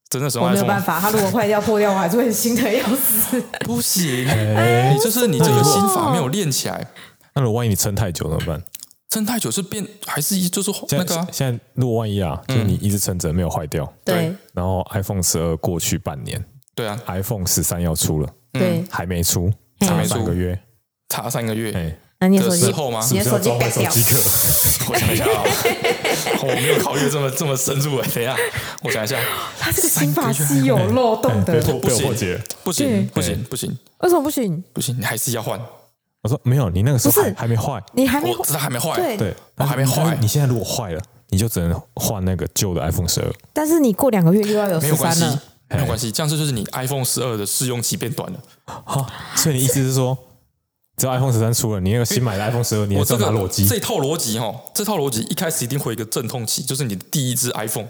Speaker 2: 真正使
Speaker 1: 我
Speaker 2: 用
Speaker 1: 没有
Speaker 2: iPhone
Speaker 1: 办法，它如果坏掉破掉，我还是会很心疼要死。
Speaker 2: 不行，
Speaker 3: 哎
Speaker 2: 你就是你这个心法没有练起来，
Speaker 3: 那如果万一你撑太久怎么办？
Speaker 2: 撑太久是变还是一就是
Speaker 3: 现
Speaker 2: 那
Speaker 3: 在
Speaker 2: 个啊
Speaker 3: 现在如果万一啊，就是你一直撑着没有坏掉，
Speaker 1: [LAUGHS] 对
Speaker 3: 然后 iPhone 十二过去半年
Speaker 2: 对啊，
Speaker 3: ，iPhone 十三要出了，
Speaker 1: 对，
Speaker 3: 还没出，
Speaker 1: 嘿
Speaker 3: 差三个月，
Speaker 2: 差三个月，
Speaker 3: 哎，
Speaker 1: 那啊你的
Speaker 2: 的
Speaker 1: 手机
Speaker 2: 时候哦吗
Speaker 1: 你的
Speaker 3: 是
Speaker 1: 手
Speaker 3: 要
Speaker 1: 机
Speaker 3: 装
Speaker 1: 改
Speaker 3: 回手
Speaker 1: 掉，
Speaker 3: 机壳？
Speaker 2: 我想一
Speaker 1: [LAUGHS]
Speaker 2: 下啊，我没有考虑这么这么深入哎，等一下，我想一下，
Speaker 1: 它这个心法是有漏洞的
Speaker 3: 被，我
Speaker 2: 不
Speaker 3: 被我
Speaker 2: 行
Speaker 3: 破解了。
Speaker 2: 不
Speaker 1: 对
Speaker 2: 行不行不行
Speaker 1: 为什么不行？
Speaker 2: 不行，你还是要换，
Speaker 3: [LAUGHS] 我说没有，你那个时
Speaker 1: 不
Speaker 3: 候
Speaker 1: 是
Speaker 3: 还还没坏，
Speaker 1: 你还没
Speaker 2: 我知道还没坏，
Speaker 1: 对，
Speaker 3: 对，
Speaker 2: 我哦还没坏
Speaker 3: 但是你现在如果坏了，你就只能换那个旧的 iPhone 十二。
Speaker 1: 但是你过两个月又要有
Speaker 2: 没
Speaker 1: 十
Speaker 2: 有关
Speaker 1: 三
Speaker 2: 系
Speaker 1: 了，
Speaker 2: 没有关系，这样就是你 iPhone 十二的试用期变短了，
Speaker 3: 好，所以你意思是说，只要 iPhone 十三出了，你那个新买的 iPhone 十二，你还
Speaker 2: 我
Speaker 3: 是
Speaker 2: 哦这
Speaker 3: 要拿
Speaker 2: 个
Speaker 3: 裸机？
Speaker 2: 这套逻辑哈，这套逻辑一开始一定会有一个阵痛期，就是你的第一只 iPhone，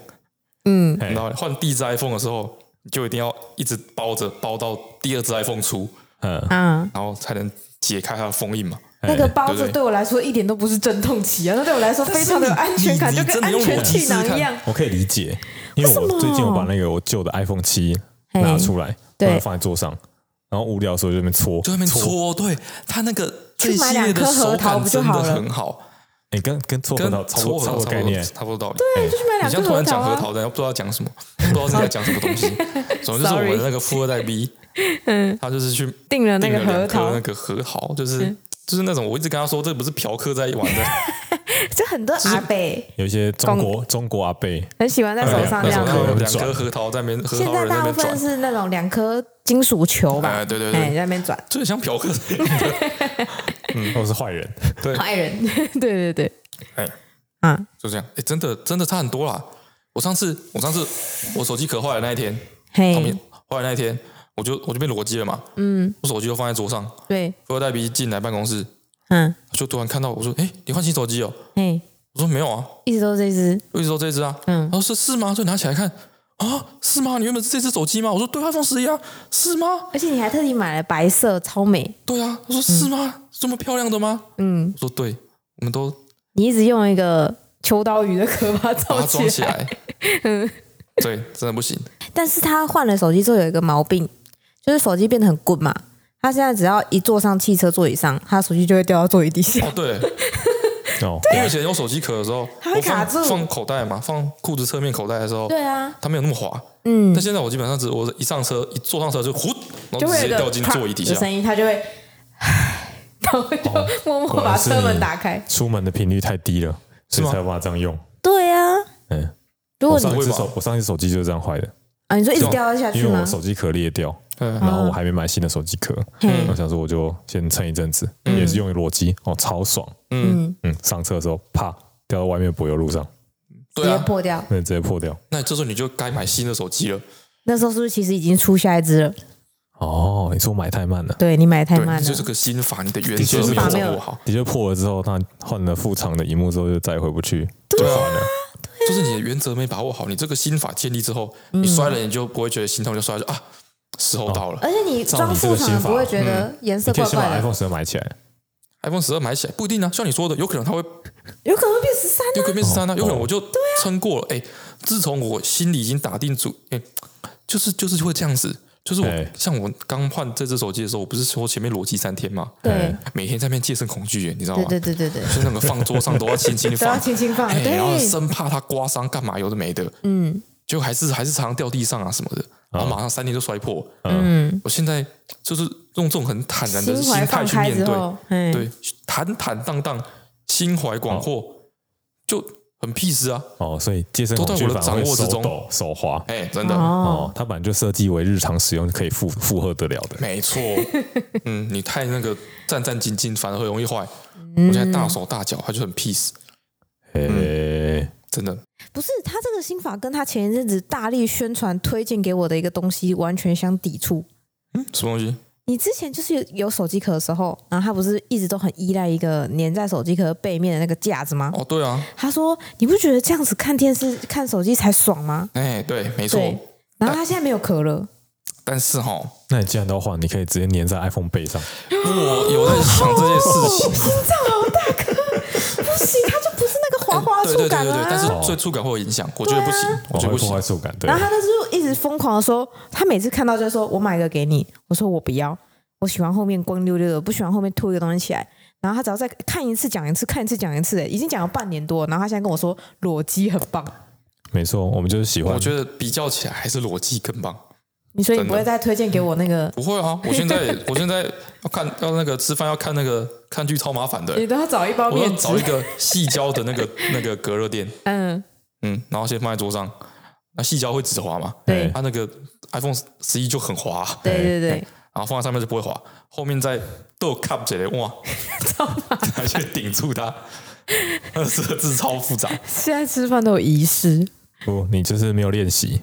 Speaker 1: 嗯，
Speaker 3: 哎
Speaker 2: 然后换第一只 iPhone 的时候，你就一定要一直包着包到第二只 iPhone 出，
Speaker 3: 嗯，
Speaker 1: 啊。
Speaker 2: 然后才能解开它的封印嘛。
Speaker 1: [LAUGHS] 那个包
Speaker 2: 对
Speaker 1: 子
Speaker 2: 不对
Speaker 1: 对我来说一点都不是阵痛期啊，那对我来说非常的有安全感，
Speaker 2: 你
Speaker 1: 就
Speaker 2: 你
Speaker 1: 跟
Speaker 2: 真的
Speaker 1: 安
Speaker 2: 用
Speaker 1: 全
Speaker 2: 逻辑
Speaker 1: 气囊
Speaker 2: 试试看
Speaker 1: 一样。
Speaker 3: 我可以理解，因为
Speaker 1: 为什么
Speaker 3: 我最近我把那个我旧的 iPhone 七拿出来，
Speaker 1: 对
Speaker 3: 把它放在桌上，然后无聊的时候就在那边搓，
Speaker 2: 就在那边。搓，对它那个这
Speaker 1: 去
Speaker 2: 一
Speaker 1: 买
Speaker 2: 系
Speaker 1: 两
Speaker 2: 列
Speaker 1: 颗
Speaker 2: 的
Speaker 1: 核
Speaker 2: 手
Speaker 1: 桃
Speaker 2: 感
Speaker 1: 不就
Speaker 2: 真
Speaker 1: 好
Speaker 2: 的
Speaker 1: 了
Speaker 2: 很好，
Speaker 3: 哎，跟跟搓核
Speaker 2: 跟
Speaker 3: 桃差不
Speaker 2: 搓
Speaker 3: 多
Speaker 2: 核
Speaker 3: 差
Speaker 2: 桃
Speaker 3: 不多概念，
Speaker 2: 差不多道理。
Speaker 1: 对，就去买
Speaker 2: 你
Speaker 1: 两
Speaker 2: 现在
Speaker 1: 颗
Speaker 2: 突
Speaker 1: 核
Speaker 2: 然
Speaker 1: 桃
Speaker 2: 讲核
Speaker 1: 啊。
Speaker 2: 桃，等下不知道讲什么，不知道自己在讲什么
Speaker 1: [LAUGHS]
Speaker 2: 东西。总之就是我
Speaker 1: Sorry
Speaker 2: 们那个富二代 B，
Speaker 1: 嗯，
Speaker 2: 他就是去
Speaker 1: 订了那
Speaker 2: 订了
Speaker 1: 个核
Speaker 2: 两颗
Speaker 1: 桃
Speaker 2: 那，个核桃，就是就是那种我一直跟他说这不是嫖客在玩的，
Speaker 1: 这很多阿伯
Speaker 3: 有一些中国中国阿贝，
Speaker 1: 很喜欢在 [LAUGHS] 手上
Speaker 2: 那
Speaker 1: 这
Speaker 2: 时候
Speaker 1: 样
Speaker 3: 子
Speaker 2: 他
Speaker 3: 对
Speaker 1: 子。
Speaker 2: 有两颗核桃在那边，核
Speaker 1: 现
Speaker 2: 桃
Speaker 1: 在
Speaker 2: 人在
Speaker 1: 大
Speaker 2: 那
Speaker 1: 部
Speaker 2: 边转，
Speaker 1: 分是那种两颗金属球吧，
Speaker 2: 哎对对对
Speaker 1: 哎，在那边转。
Speaker 2: 就很像嫖客。
Speaker 3: 嗯，我是坏
Speaker 1: [LAUGHS]
Speaker 3: 人，
Speaker 2: 对，
Speaker 1: 坏人，对对对，
Speaker 2: 哎，
Speaker 1: 啊，
Speaker 2: [LAUGHS] 就这样。哎，真的真的差很多啦。我上次我上次我手机壳坏了那一天，后面
Speaker 1: 嘿，
Speaker 2: 后来那一天，我就我就被裸机了嘛，
Speaker 1: 哎嗯，
Speaker 2: 我手机就放在桌上。
Speaker 1: 对，
Speaker 2: 富二代 B 进来办公室，
Speaker 1: 嗯，
Speaker 2: 就突然看到我说：“哎、你换新手机哦
Speaker 1: 嘿，？”
Speaker 2: 我说：“没有啊，
Speaker 1: 一直都是这只，
Speaker 2: 我一直都这一只啊。”
Speaker 1: 嗯
Speaker 2: 然后说：“是吗？”就拿起来看啊，是吗？你原本是这只手机吗？我说：“对，iPhone 十一啊，是吗
Speaker 1: 而且你还特地买了白色，超美，？”
Speaker 2: 对啊，我说：“是吗？这么漂亮的吗
Speaker 1: 嗯？”，
Speaker 2: 我说：“对，我们都
Speaker 1: 你一直用一个秋刀鱼的壳把它
Speaker 2: 把
Speaker 1: 罩
Speaker 2: 它装
Speaker 1: 起
Speaker 2: 起
Speaker 1: 来，
Speaker 2: 来。”
Speaker 1: 嗯
Speaker 2: 对，真的不行。
Speaker 1: 但是他换了手机之后有一个毛病，就是手机变得很滚嘛。他现在只要一坐上汽车座椅上，他手机就会掉到座椅底下
Speaker 2: 哦，，对，
Speaker 3: 哦，
Speaker 2: 因为以前用手机壳的时候，
Speaker 1: 它会
Speaker 2: 我放
Speaker 1: 卡住
Speaker 2: 放口袋嘛，放裤子侧面口袋的时候，
Speaker 1: 对啊，
Speaker 2: 它没有那么滑。
Speaker 1: 嗯
Speaker 2: 但，现在我基本上只我一上车一坐上车就呼，然
Speaker 1: 就
Speaker 2: 后
Speaker 1: 会
Speaker 2: 直接
Speaker 1: 有一个
Speaker 2: 掉进
Speaker 1: 啪
Speaker 2: 座椅底
Speaker 1: 的
Speaker 2: 下。哦
Speaker 1: 声音，他就会，然后就默默把车门打开。
Speaker 3: 出门的频率太低了，所以
Speaker 2: 吗
Speaker 3: 才有办法这样用。
Speaker 1: 对啊，
Speaker 3: 嗯，
Speaker 1: 如果
Speaker 3: 我
Speaker 1: 你
Speaker 3: 上一
Speaker 2: 不
Speaker 3: 次
Speaker 2: 会吧
Speaker 3: 手我上一次手机就是这样坏的，
Speaker 1: 啊，你说一直掉下
Speaker 3: 因
Speaker 1: 去
Speaker 3: 为
Speaker 1: 吗哦
Speaker 3: 我？手机壳裂掉，
Speaker 2: 嗯，
Speaker 3: 然后我还没买新的手机壳，
Speaker 1: 嘿
Speaker 3: 我想说我就先撑一阵子，
Speaker 2: 嗯
Speaker 3: 也是用裸机哦，超爽。
Speaker 1: 嗯，
Speaker 3: 嗯，上车的时候啪掉到外面柏油路上，
Speaker 1: 直
Speaker 2: 对
Speaker 1: 接
Speaker 2: 啊，
Speaker 1: 破掉。
Speaker 3: 那直接破掉。
Speaker 2: 那这时候你就该买新的手机了。
Speaker 1: 那时候是不是其实已经出下一只了？
Speaker 3: 哦，哦，你说买太慢了，
Speaker 1: 对你买太
Speaker 2: 对，
Speaker 1: 慢
Speaker 2: 你
Speaker 1: 了
Speaker 2: 就，这个心法，你的原
Speaker 3: 的
Speaker 2: 则
Speaker 3: 确是
Speaker 2: 没有
Speaker 1: 没有
Speaker 2: 掌握好，
Speaker 3: 的确破了之后，那换了副厂的荧幕之后就再也回不去，
Speaker 2: 对啊，就是你的原则没把握好，你这个心法建立之后，你摔了你就不会觉得心痛，就摔了就啊，时候到了。
Speaker 1: 嗯
Speaker 4: 而且你
Speaker 3: 照
Speaker 4: 装
Speaker 3: 你这
Speaker 4: 副
Speaker 3: 个
Speaker 4: 厂也
Speaker 3: 心法
Speaker 4: 不会觉得颜色
Speaker 1: 啊
Speaker 2: 嗯
Speaker 3: 你
Speaker 4: 怪
Speaker 3: 可以先
Speaker 4: 怪
Speaker 3: 把
Speaker 4: 的，
Speaker 3: iPhone 十买起来，
Speaker 2: iPhone 十二买起来不一定啊，像你说的，有可能它会
Speaker 1: 有可能会变十三。
Speaker 2: 有可能变十三啊，
Speaker 3: 哦
Speaker 2: 有可能我就撑过了。哎、自从我心里已经打定主，哎、就是就是会这样子。就是我、
Speaker 3: 哎
Speaker 2: 像我刚换这只手机的时候，我不是说前面裸机三天嘛，
Speaker 4: 对
Speaker 3: 哎
Speaker 2: 每天在那边戒慎恐惧耶，你知道吗？
Speaker 4: 对对对对对，
Speaker 2: 所以那个放桌上都要轻轻地
Speaker 1: [LAUGHS] 都
Speaker 2: 哦
Speaker 1: 要
Speaker 2: 放，
Speaker 1: 轻
Speaker 4: 啊
Speaker 1: 轻放，
Speaker 2: 哎然后
Speaker 1: 对，
Speaker 2: 生怕它刮伤，干嘛有的没的，
Speaker 1: 嗯
Speaker 2: 就还是还是常常掉地上啊什么的，然后马上三天就摔破。
Speaker 1: 嗯，
Speaker 2: 我现在就是用这种很坦然的
Speaker 4: 心
Speaker 2: 心
Speaker 4: 怀
Speaker 2: 态
Speaker 4: 放
Speaker 2: 去
Speaker 4: 开
Speaker 2: 面
Speaker 4: 之
Speaker 2: 对，
Speaker 4: 后，嗯
Speaker 1: 哎，
Speaker 2: 对，坦坦荡荡，心怀广阔，就很 peace 啊！
Speaker 3: 哦，所以接生
Speaker 2: 都在
Speaker 3: 恐惧
Speaker 2: 我的
Speaker 3: 反而
Speaker 2: 掌
Speaker 3: 会
Speaker 2: 握之
Speaker 3: 手
Speaker 2: 中
Speaker 3: 抖手滑。
Speaker 2: 哎、真的，
Speaker 1: 哦，
Speaker 3: 哦，它本来就设计为日常使用可以负负荷得了的。
Speaker 4: [LAUGHS]
Speaker 2: 没错。嗯，你太那个战战兢兢，反而会容易坏。
Speaker 4: 嗯
Speaker 2: 我现在大手大脚，他就很 peace，
Speaker 3: 诶，
Speaker 2: 真的。
Speaker 1: 不是他这个心法跟他前一阵子大力宣传推荐给我的一个东西完全相抵触。
Speaker 2: 嗯什么东西？
Speaker 1: 你之前就是有有手机壳的时候，然后他不是一直都很依赖一个粘在手机壳背面的那个架子吗？
Speaker 2: 哦，对啊，
Speaker 1: 他说：“你不觉得这样子看电视、看手机才爽吗
Speaker 2: 哎、对，没？”错。
Speaker 1: 对。然后他现在没有壳了，
Speaker 2: 但是哈，
Speaker 3: 那你既然都要换，你可以直接粘在 iPhone 背上。
Speaker 2: 我有在想这件事情。
Speaker 1: 心脏好大颗， [LAUGHS] 不行，它就不是那个滑滑
Speaker 2: 哎对
Speaker 1: 触
Speaker 2: 对对对
Speaker 1: 感了、
Speaker 2: 对，
Speaker 1: 啊。
Speaker 2: 但是对触感会有影响，我觉得不行，我觉得
Speaker 3: 会
Speaker 2: 不
Speaker 3: 破坏
Speaker 2: 行。
Speaker 3: 触感，对
Speaker 1: 然。后他就是一直疯狂的说，他每次看到就说：“我买一个给你。”我说：“我不要，我喜欢后面光溜溜的，我不喜欢后面凸一个东西起来。”然后他只要再看一次讲一次，看一次讲一次，哎已经讲了半年多了。然后他现在跟我说裸机很棒，
Speaker 3: 没错，我们就是喜欢。
Speaker 2: 我觉得比较起来还是裸机更棒。
Speaker 1: 你所以你不
Speaker 2: 真的
Speaker 1: 会再推荐给我那个，
Speaker 2: 不会啊，我现在我现在要看要那个吃饭要看那个看剧超麻烦的、
Speaker 1: 你都要找一包
Speaker 2: 嗯我要
Speaker 1: 面纸
Speaker 2: 找一个细胶的那个 [LAUGHS] 那个隔热垫，
Speaker 1: 嗯，
Speaker 2: 嗯，然后先放在桌上。那细胶会直滑嘛？
Speaker 1: 对
Speaker 2: 它那个 iPhone 十一就很滑，啊
Speaker 1: 对对对，
Speaker 2: 然后放在上面就不会滑，后面再豆 cup 起来哇，
Speaker 1: [LAUGHS] 超麻烦。
Speaker 2: [LAUGHS] 还去顶住它，那个设置超复杂。
Speaker 1: 现在吃饭都有仪式，
Speaker 3: 不，哦你就是没有练习。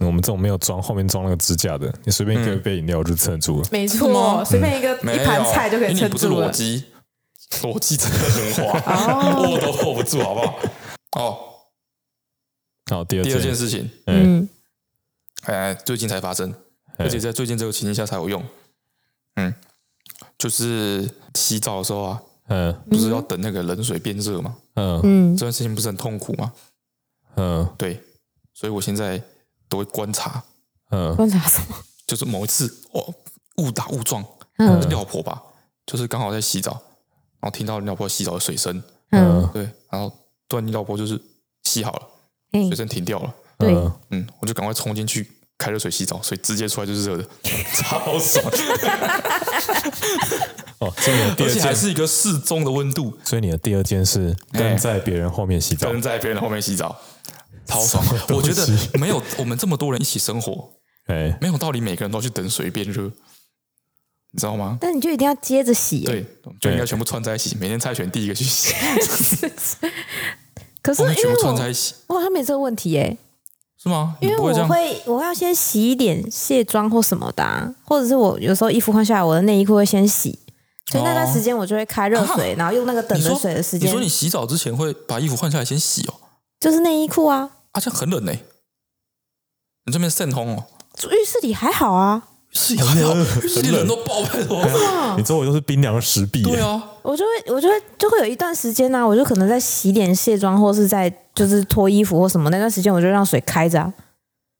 Speaker 3: 我们这种没有装后面装那个支架的，你随便
Speaker 2: 嗯
Speaker 3: 一个杯饮料就撑得住了。
Speaker 1: 没
Speaker 2: 真的吗
Speaker 1: 错，随便一个
Speaker 2: 嗯没
Speaker 1: 一盘菜就可以
Speaker 2: 因为
Speaker 1: 撑
Speaker 2: 你不是
Speaker 1: 住
Speaker 2: 裸
Speaker 1: 了。
Speaker 2: 机，裸机真的很滑，
Speaker 1: 哦
Speaker 2: 握都握不住，好不好？哦，
Speaker 3: 好，第二
Speaker 2: 第二件
Speaker 3: 件，
Speaker 2: 事情，
Speaker 1: 嗯，
Speaker 2: 哎，最近才发生，
Speaker 3: 哎
Speaker 2: 而且在最近这个情境下才有用。嗯，就是洗澡的时候啊，
Speaker 3: 嗯
Speaker 2: 不是要等那个冷水变热吗？
Speaker 3: 嗯
Speaker 2: 这件事情不是很痛苦吗？
Speaker 3: 嗯
Speaker 2: 对，所以我现在都会观察，
Speaker 3: 嗯，
Speaker 1: 观察什么？
Speaker 2: 就是某一次哦，误打误撞，
Speaker 1: 嗯
Speaker 2: 廖婆吧，就是刚好在洗澡，然后听到廖婆洗澡的水声，
Speaker 1: 嗯，
Speaker 2: 对，然后突然廖婆就是洗好了，
Speaker 1: 哎
Speaker 2: 水，声停掉了，
Speaker 1: 对，
Speaker 2: 嗯，我就赶快冲进去开热水洗澡，所以直接出来就是热的，超爽，
Speaker 3: 哦，所以你的第
Speaker 2: 而
Speaker 3: 二
Speaker 2: 且还
Speaker 3: 件，
Speaker 2: 是一个适中的温度，
Speaker 3: 所以你的第二件是跟在别人后面洗澡
Speaker 2: 跟。在别人后面洗澡，超爽
Speaker 3: 什么。东
Speaker 2: 我
Speaker 3: 西
Speaker 2: 觉得没有我们这么多人一起生活，
Speaker 3: 哎，
Speaker 2: 没有道理每个人都要去等水变热，你知道吗？
Speaker 1: 但你就一定要接着洗耶。
Speaker 2: 对，就应该全部串在一起，每天猜拳第一个去洗，
Speaker 1: 可是
Speaker 2: 我们
Speaker 1: 因
Speaker 2: 全
Speaker 1: 为
Speaker 2: 部
Speaker 1: 我
Speaker 2: 串在一起，
Speaker 1: 我好像没这个问题耶，
Speaker 2: 是吗？你
Speaker 1: 因为
Speaker 2: 不会这
Speaker 1: 我
Speaker 2: 样？
Speaker 1: 会我要先洗一点卸妆或什么的、啊，或者是我有时候衣服换下来，我的内衣裤会先洗，所以那段时间我就会开热水，然后用那个
Speaker 2: 哦啊
Speaker 1: 等
Speaker 2: 你
Speaker 1: 着
Speaker 2: 说
Speaker 1: 水的时
Speaker 2: 你
Speaker 1: 间
Speaker 2: 说，你洗澡之前会把衣服换下来先洗哦，
Speaker 1: 就是内衣裤啊，
Speaker 2: 啊，这样很冷呢、你这边渗通哦，
Speaker 1: 浴室里还好啊，
Speaker 2: 是 [LAUGHS] 也还好，是你冷都爆开了。
Speaker 3: 你周围都是冰凉的石壁。
Speaker 2: 对
Speaker 3: 哎
Speaker 2: 啊，
Speaker 1: 我就会我就会就会有一段时间呢、啊，我就可能在洗脸卸妆，或是在就是脱衣服或什么那段时间，我就让水开着、啊，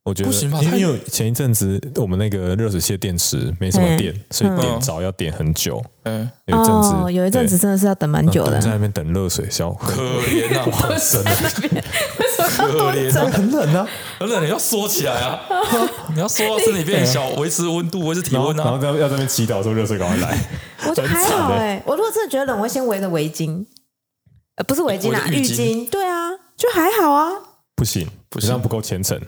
Speaker 3: 我觉得
Speaker 2: 不行吧
Speaker 3: 因为
Speaker 2: 太
Speaker 3: 因为前一阵子我们那个热水器的电池没什么
Speaker 1: 嗯
Speaker 3: 电，所以点着要点很久。
Speaker 2: 嗯，
Speaker 3: 有一阵子，
Speaker 1: 哦，有一阵子
Speaker 3: 对
Speaker 1: 真的是要等蛮久
Speaker 3: 那
Speaker 1: 的
Speaker 3: 等，在那边等热水消，
Speaker 2: 可怜啊，
Speaker 3: 很神，
Speaker 2: 可怜啊，
Speaker 3: 很冷啊。
Speaker 2: [LAUGHS] 很冷，你要缩起来 [LAUGHS] 啊，你要缩到身体变小，维持温度，维持体
Speaker 3: [LAUGHS] 然后
Speaker 2: 温
Speaker 3: 然后
Speaker 2: 啊。
Speaker 3: 在要在那边祈祷说热水赶快来。
Speaker 2: 嗯
Speaker 1: 我觉得还
Speaker 3: 很惨
Speaker 1: 好
Speaker 3: 欸
Speaker 1: 哎、我如果真的觉得冷，我会先围着围巾，呃，不是围巾啊，
Speaker 2: 围着浴
Speaker 1: 浴
Speaker 2: 巾
Speaker 1: 巾，对啊，就还好啊。
Speaker 3: 不行，
Speaker 2: 不
Speaker 3: 不
Speaker 2: 行
Speaker 3: 行，这样不够虔诚。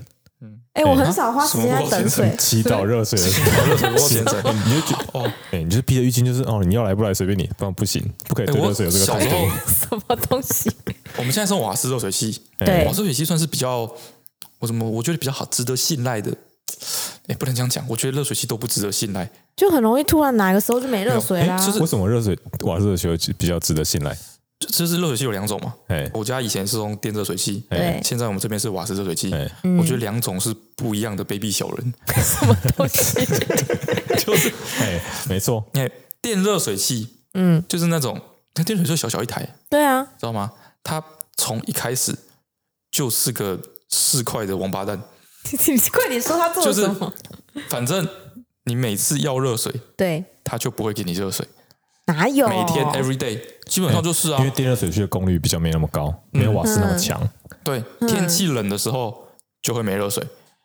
Speaker 1: 哎、我很少花时间
Speaker 2: 啊什
Speaker 1: 在
Speaker 2: 么
Speaker 1: 等水，
Speaker 3: 祈祷热水的时候，
Speaker 2: 热水锅先生，
Speaker 3: [LAUGHS]
Speaker 2: 你就觉哦，
Speaker 3: 哎，你就是披着浴巾，就是哦，你要来不来随便你，不然不行，不可以
Speaker 2: 哎，
Speaker 3: 对
Speaker 2: 我
Speaker 3: 热水有这个
Speaker 2: 小
Speaker 3: 态
Speaker 2: 时
Speaker 3: 度。
Speaker 2: 候，
Speaker 1: 什么东西？
Speaker 2: 我们现在是用瓦斯热水器，
Speaker 3: 哎
Speaker 1: 对
Speaker 2: 瓦斯热水器算是比较，我怎么我觉得比较好，值得信赖的哎，不能这样讲，我觉得热水器都不值得信赖。
Speaker 1: [LAUGHS] 就很容易突然哪个时候就没热水啦。
Speaker 2: 没有哎就是
Speaker 3: 为什么热水瓦热水球比较值得信赖？
Speaker 2: 就就是热水器有两种嘛，
Speaker 3: 哎
Speaker 2: 我家以前是用电热水器，
Speaker 1: 对
Speaker 2: 现在我们这边是瓦斯热水器。
Speaker 3: 哎， [LAUGHS]
Speaker 2: 我觉得两种是不一样的卑鄙小人，
Speaker 1: 什么东西？
Speaker 2: 就是
Speaker 3: 哎，没错，
Speaker 2: 哎、电热水器
Speaker 1: 嗯，
Speaker 2: 就是那种，那电热水器小小一台，
Speaker 1: 对啊，
Speaker 2: 知道吗？它从一开始就是个市侩的王八蛋，
Speaker 1: 你快点说他做了
Speaker 2: 就是
Speaker 1: 什么？
Speaker 2: 反正你每次要热水，
Speaker 1: 对，
Speaker 2: 它就不会给你热水，
Speaker 1: 哪有？
Speaker 2: 每天 every day 基本上就是啊
Speaker 3: 哎因为，电热水器的功率比较没那么高，没有瓦斯那么强，
Speaker 2: 对，
Speaker 1: 嗯
Speaker 2: 天气冷的时候就会没热水，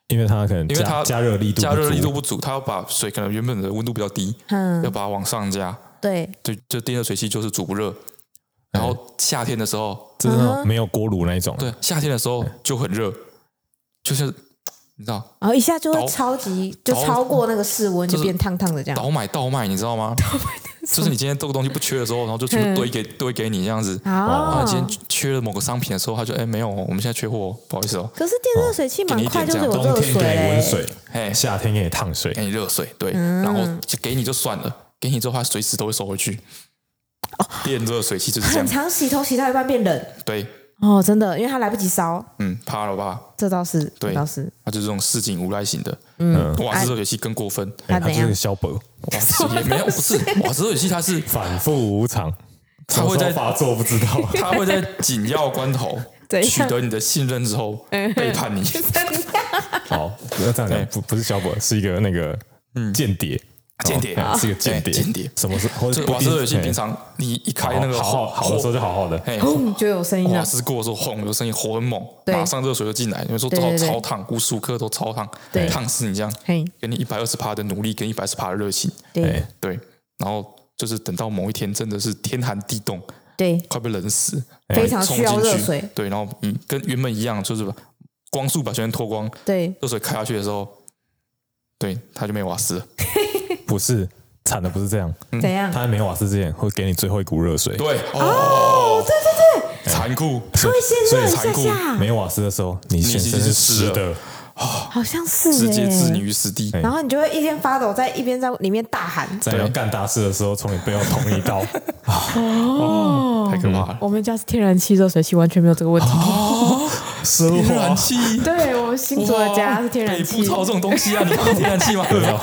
Speaker 3: 因为它可能
Speaker 2: 因为它
Speaker 3: 加加热力度
Speaker 2: 加热力度不
Speaker 3: 不足
Speaker 2: 足，它要把水可能原本的温度比较低，要
Speaker 1: 嗯，
Speaker 2: 把它往上加，
Speaker 1: 对，
Speaker 2: 对，就电热水器就是煮不热。
Speaker 3: 哎
Speaker 2: 然后夏天的时候，
Speaker 3: 就是那种没有锅炉那一种。
Speaker 2: 对，夏天的时候就很热，就是你知道
Speaker 1: 然后一下就会
Speaker 2: 倒
Speaker 1: 超级就
Speaker 2: 倒
Speaker 1: 超过那个室温，
Speaker 2: 就
Speaker 1: 就是变烫烫的这样。
Speaker 2: 倒买倒卖，你知道吗？就是你今天这个东西不缺的时候，然后就全部堆给堆给你这样子。然
Speaker 1: 啊
Speaker 2: 后，今天缺了某个商品的时候，他就哎没有，我们现在缺货哦，不好意思哦，
Speaker 1: 可是电热水器蛮快就是有
Speaker 3: 冬
Speaker 2: 哦
Speaker 3: 天
Speaker 1: 热水
Speaker 3: 给你温
Speaker 1: 嘞，
Speaker 3: 水，
Speaker 2: 哎，
Speaker 3: 夏天给你烫水
Speaker 2: 给，你热水，对，然后就给你就算了，给你之后他随时都会收回去。电热水器就是这样，
Speaker 1: 很 [LAUGHS] 常洗头洗到一半变冷
Speaker 2: 对，
Speaker 1: 哦，真的，因为它来不及烧，
Speaker 2: 嗯，怕了吧？
Speaker 1: 这倒是，
Speaker 2: 对
Speaker 1: 这倒是，
Speaker 2: 他就是这种市井无赖型的，
Speaker 3: 嗯，
Speaker 2: 哇，这热水器更过分，
Speaker 1: 它
Speaker 3: 哎它就
Speaker 1: 怎
Speaker 3: 是
Speaker 1: 样
Speaker 3: 个？消薄，
Speaker 2: 哇，这也没有，不是，哇，这热水器它是
Speaker 3: 反复无常，
Speaker 2: [LAUGHS] 它会在
Speaker 3: 什么时候发作不知
Speaker 2: [LAUGHS]
Speaker 3: 道。
Speaker 1: [LAUGHS]
Speaker 2: 它会在紧要关头
Speaker 1: 怎样
Speaker 2: 取得你的信任之后
Speaker 1: 嗯
Speaker 2: 背叛你，
Speaker 1: [LAUGHS]
Speaker 3: 好，不要这样
Speaker 2: 对嗯
Speaker 3: 讲，不不是消薄，是一个那个间谍，
Speaker 2: 间谍啊
Speaker 3: 哦哎是一个间
Speaker 2: 对
Speaker 3: 谍，
Speaker 2: 间谍
Speaker 3: 什么时候？或
Speaker 2: 就
Speaker 3: 者
Speaker 2: 瓦斯热水器
Speaker 3: 哎
Speaker 2: 平常你一开
Speaker 3: 好
Speaker 2: 那个
Speaker 3: 好好好的时候就好好的，
Speaker 2: 哎，
Speaker 1: 砰就有声音了
Speaker 2: 瓦，斯过的时候，轰，有声音，火很猛，
Speaker 1: 对
Speaker 2: 马上热水就进来，你说
Speaker 1: 对
Speaker 2: 超
Speaker 1: 对对
Speaker 2: 超烫，无时无刻都超烫
Speaker 1: 对，
Speaker 2: 烫死你这样，
Speaker 1: 嘿，
Speaker 2: 给你一百二十帕的努力跟一百二十帕的热情，
Speaker 1: 对
Speaker 3: 哎
Speaker 2: 对，然后就是等到某一天真的是天寒地冻，
Speaker 1: 对，
Speaker 2: 快被冷死，
Speaker 1: 非常
Speaker 2: 哎冲
Speaker 1: 需要
Speaker 2: 进
Speaker 1: 热
Speaker 2: 去
Speaker 1: 水，
Speaker 2: 对，然后嗯，跟原本一样，就是把光速把全身脱光，
Speaker 1: 对，
Speaker 2: 热水开下去的时候，对，它就没瓦斯了，
Speaker 3: 不是惨的不是这样，
Speaker 1: 怎样？
Speaker 3: 他在没瓦斯之前会给你最后一股热水，
Speaker 2: 嗯对，哦，对对对，残酷，
Speaker 3: 所以
Speaker 1: 先
Speaker 3: 所以
Speaker 1: 热一
Speaker 2: 残
Speaker 1: 下
Speaker 2: 酷
Speaker 1: 下，
Speaker 3: 没瓦斯的时候，你全身湿的，
Speaker 1: 好像是
Speaker 2: 直接置你
Speaker 1: 耶。
Speaker 2: 于死地，
Speaker 3: 哎
Speaker 1: 然后你就会一边发抖，在一边在里面大喊。
Speaker 3: 在要干大事的时候，从你背后捅你一
Speaker 2: [LAUGHS]
Speaker 3: 刀，
Speaker 2: 太可怕了。
Speaker 1: 我们家是天然气热水器，完全没有这个问题。
Speaker 2: 哦 [LAUGHS]
Speaker 3: 奢
Speaker 2: 天
Speaker 3: 华
Speaker 2: 然。气，
Speaker 1: 对我们新竹的家是天然
Speaker 2: 北
Speaker 1: 气
Speaker 2: 部，超这种东西啊，你有哎天然气吗？
Speaker 3: 没有没有，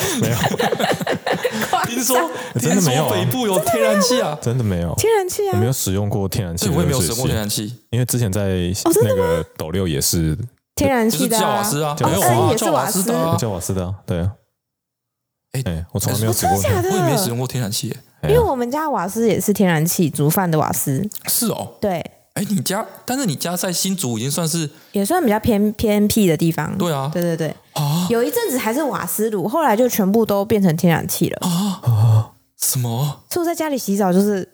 Speaker 2: 听说
Speaker 3: 真
Speaker 2: 听
Speaker 3: 的没有
Speaker 2: 说
Speaker 3: 啊
Speaker 2: 北部有天然气啊，
Speaker 3: 真的没有，
Speaker 1: 天然气
Speaker 3: 我
Speaker 1: 啊
Speaker 3: 没，有使用过天然气
Speaker 2: 对，
Speaker 3: 的
Speaker 2: 我也没
Speaker 3: 热
Speaker 2: 有
Speaker 3: 水
Speaker 2: 使
Speaker 3: 器
Speaker 2: 过天，然气，哦
Speaker 3: 因为之前在那个斗六也是
Speaker 1: 天然
Speaker 2: 就是
Speaker 1: 气的
Speaker 2: 叫瓦
Speaker 1: 啊。
Speaker 2: 斯啊，
Speaker 3: 叫
Speaker 2: 没有
Speaker 1: 瓦斯
Speaker 2: 啊，
Speaker 1: 也是
Speaker 2: 叫瓦斯的啊，
Speaker 3: 叫瓦斯的啊，对啊，
Speaker 2: 哎哦
Speaker 3: 哎，我从来没有使过
Speaker 1: 真的假的？
Speaker 2: 我也没使用过天然气耶，
Speaker 3: 哎
Speaker 1: 因为
Speaker 3: 呀
Speaker 1: 我们家瓦斯也是天然气煮饭的瓦斯，
Speaker 2: 是哦，
Speaker 1: 对，
Speaker 2: 哎，你家，但是你家在新竹已经算是
Speaker 1: 也算比较偏偏僻的地方。
Speaker 2: 对啊
Speaker 1: 嗯对对对，
Speaker 2: 啊
Speaker 1: 有一阵子还是瓦斯炉，后来就全部都变成天然气了。
Speaker 2: 啊什么，
Speaker 1: 所以我在家里洗澡就是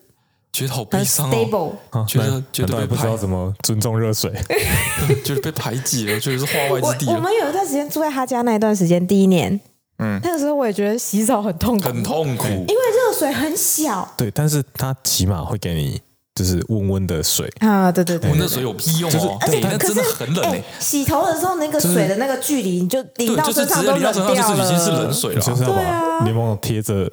Speaker 2: 觉得好悲
Speaker 1: 很
Speaker 2: 伤哦，
Speaker 1: stable，
Speaker 3: 啊
Speaker 2: 觉得
Speaker 3: 难
Speaker 2: 觉得
Speaker 3: 难道你
Speaker 2: 被
Speaker 3: 不知道
Speaker 2: 拍
Speaker 3: 怎么尊重热水，
Speaker 2: [LAUGHS] 觉得被排挤了，觉得是化外
Speaker 1: 我
Speaker 2: 之地
Speaker 1: 我
Speaker 2: 了，
Speaker 1: 们有一段时间住在他家那一段时间，第一年，嗯，那个时候我也觉得洗澡很痛苦，
Speaker 2: 很痛苦，
Speaker 1: 因为热水很小
Speaker 3: 对，但是它起码会给你就是温温的水，
Speaker 1: 啊，对对对
Speaker 2: 我
Speaker 1: 对
Speaker 2: 那水有屁用哦，
Speaker 1: 而且
Speaker 2: 对，那真
Speaker 1: 可是
Speaker 2: 的很冷
Speaker 1: 哎
Speaker 2: 诶，，
Speaker 1: 洗头的时候那个水的那个距离，你就
Speaker 2: 欸
Speaker 1: 淋
Speaker 2: 对，
Speaker 1: 到
Speaker 2: 就是
Speaker 1: 身
Speaker 2: 直
Speaker 1: 上
Speaker 2: 接
Speaker 1: 都
Speaker 2: 淋到
Speaker 1: 冷
Speaker 2: 身上就
Speaker 1: 掉
Speaker 2: 是已经是
Speaker 1: 了
Speaker 2: 冷。水
Speaker 3: 你
Speaker 2: 了
Speaker 3: 就
Speaker 2: 啊
Speaker 3: 是。要
Speaker 1: 对
Speaker 3: 把
Speaker 1: 啊
Speaker 3: 柠檬贴着，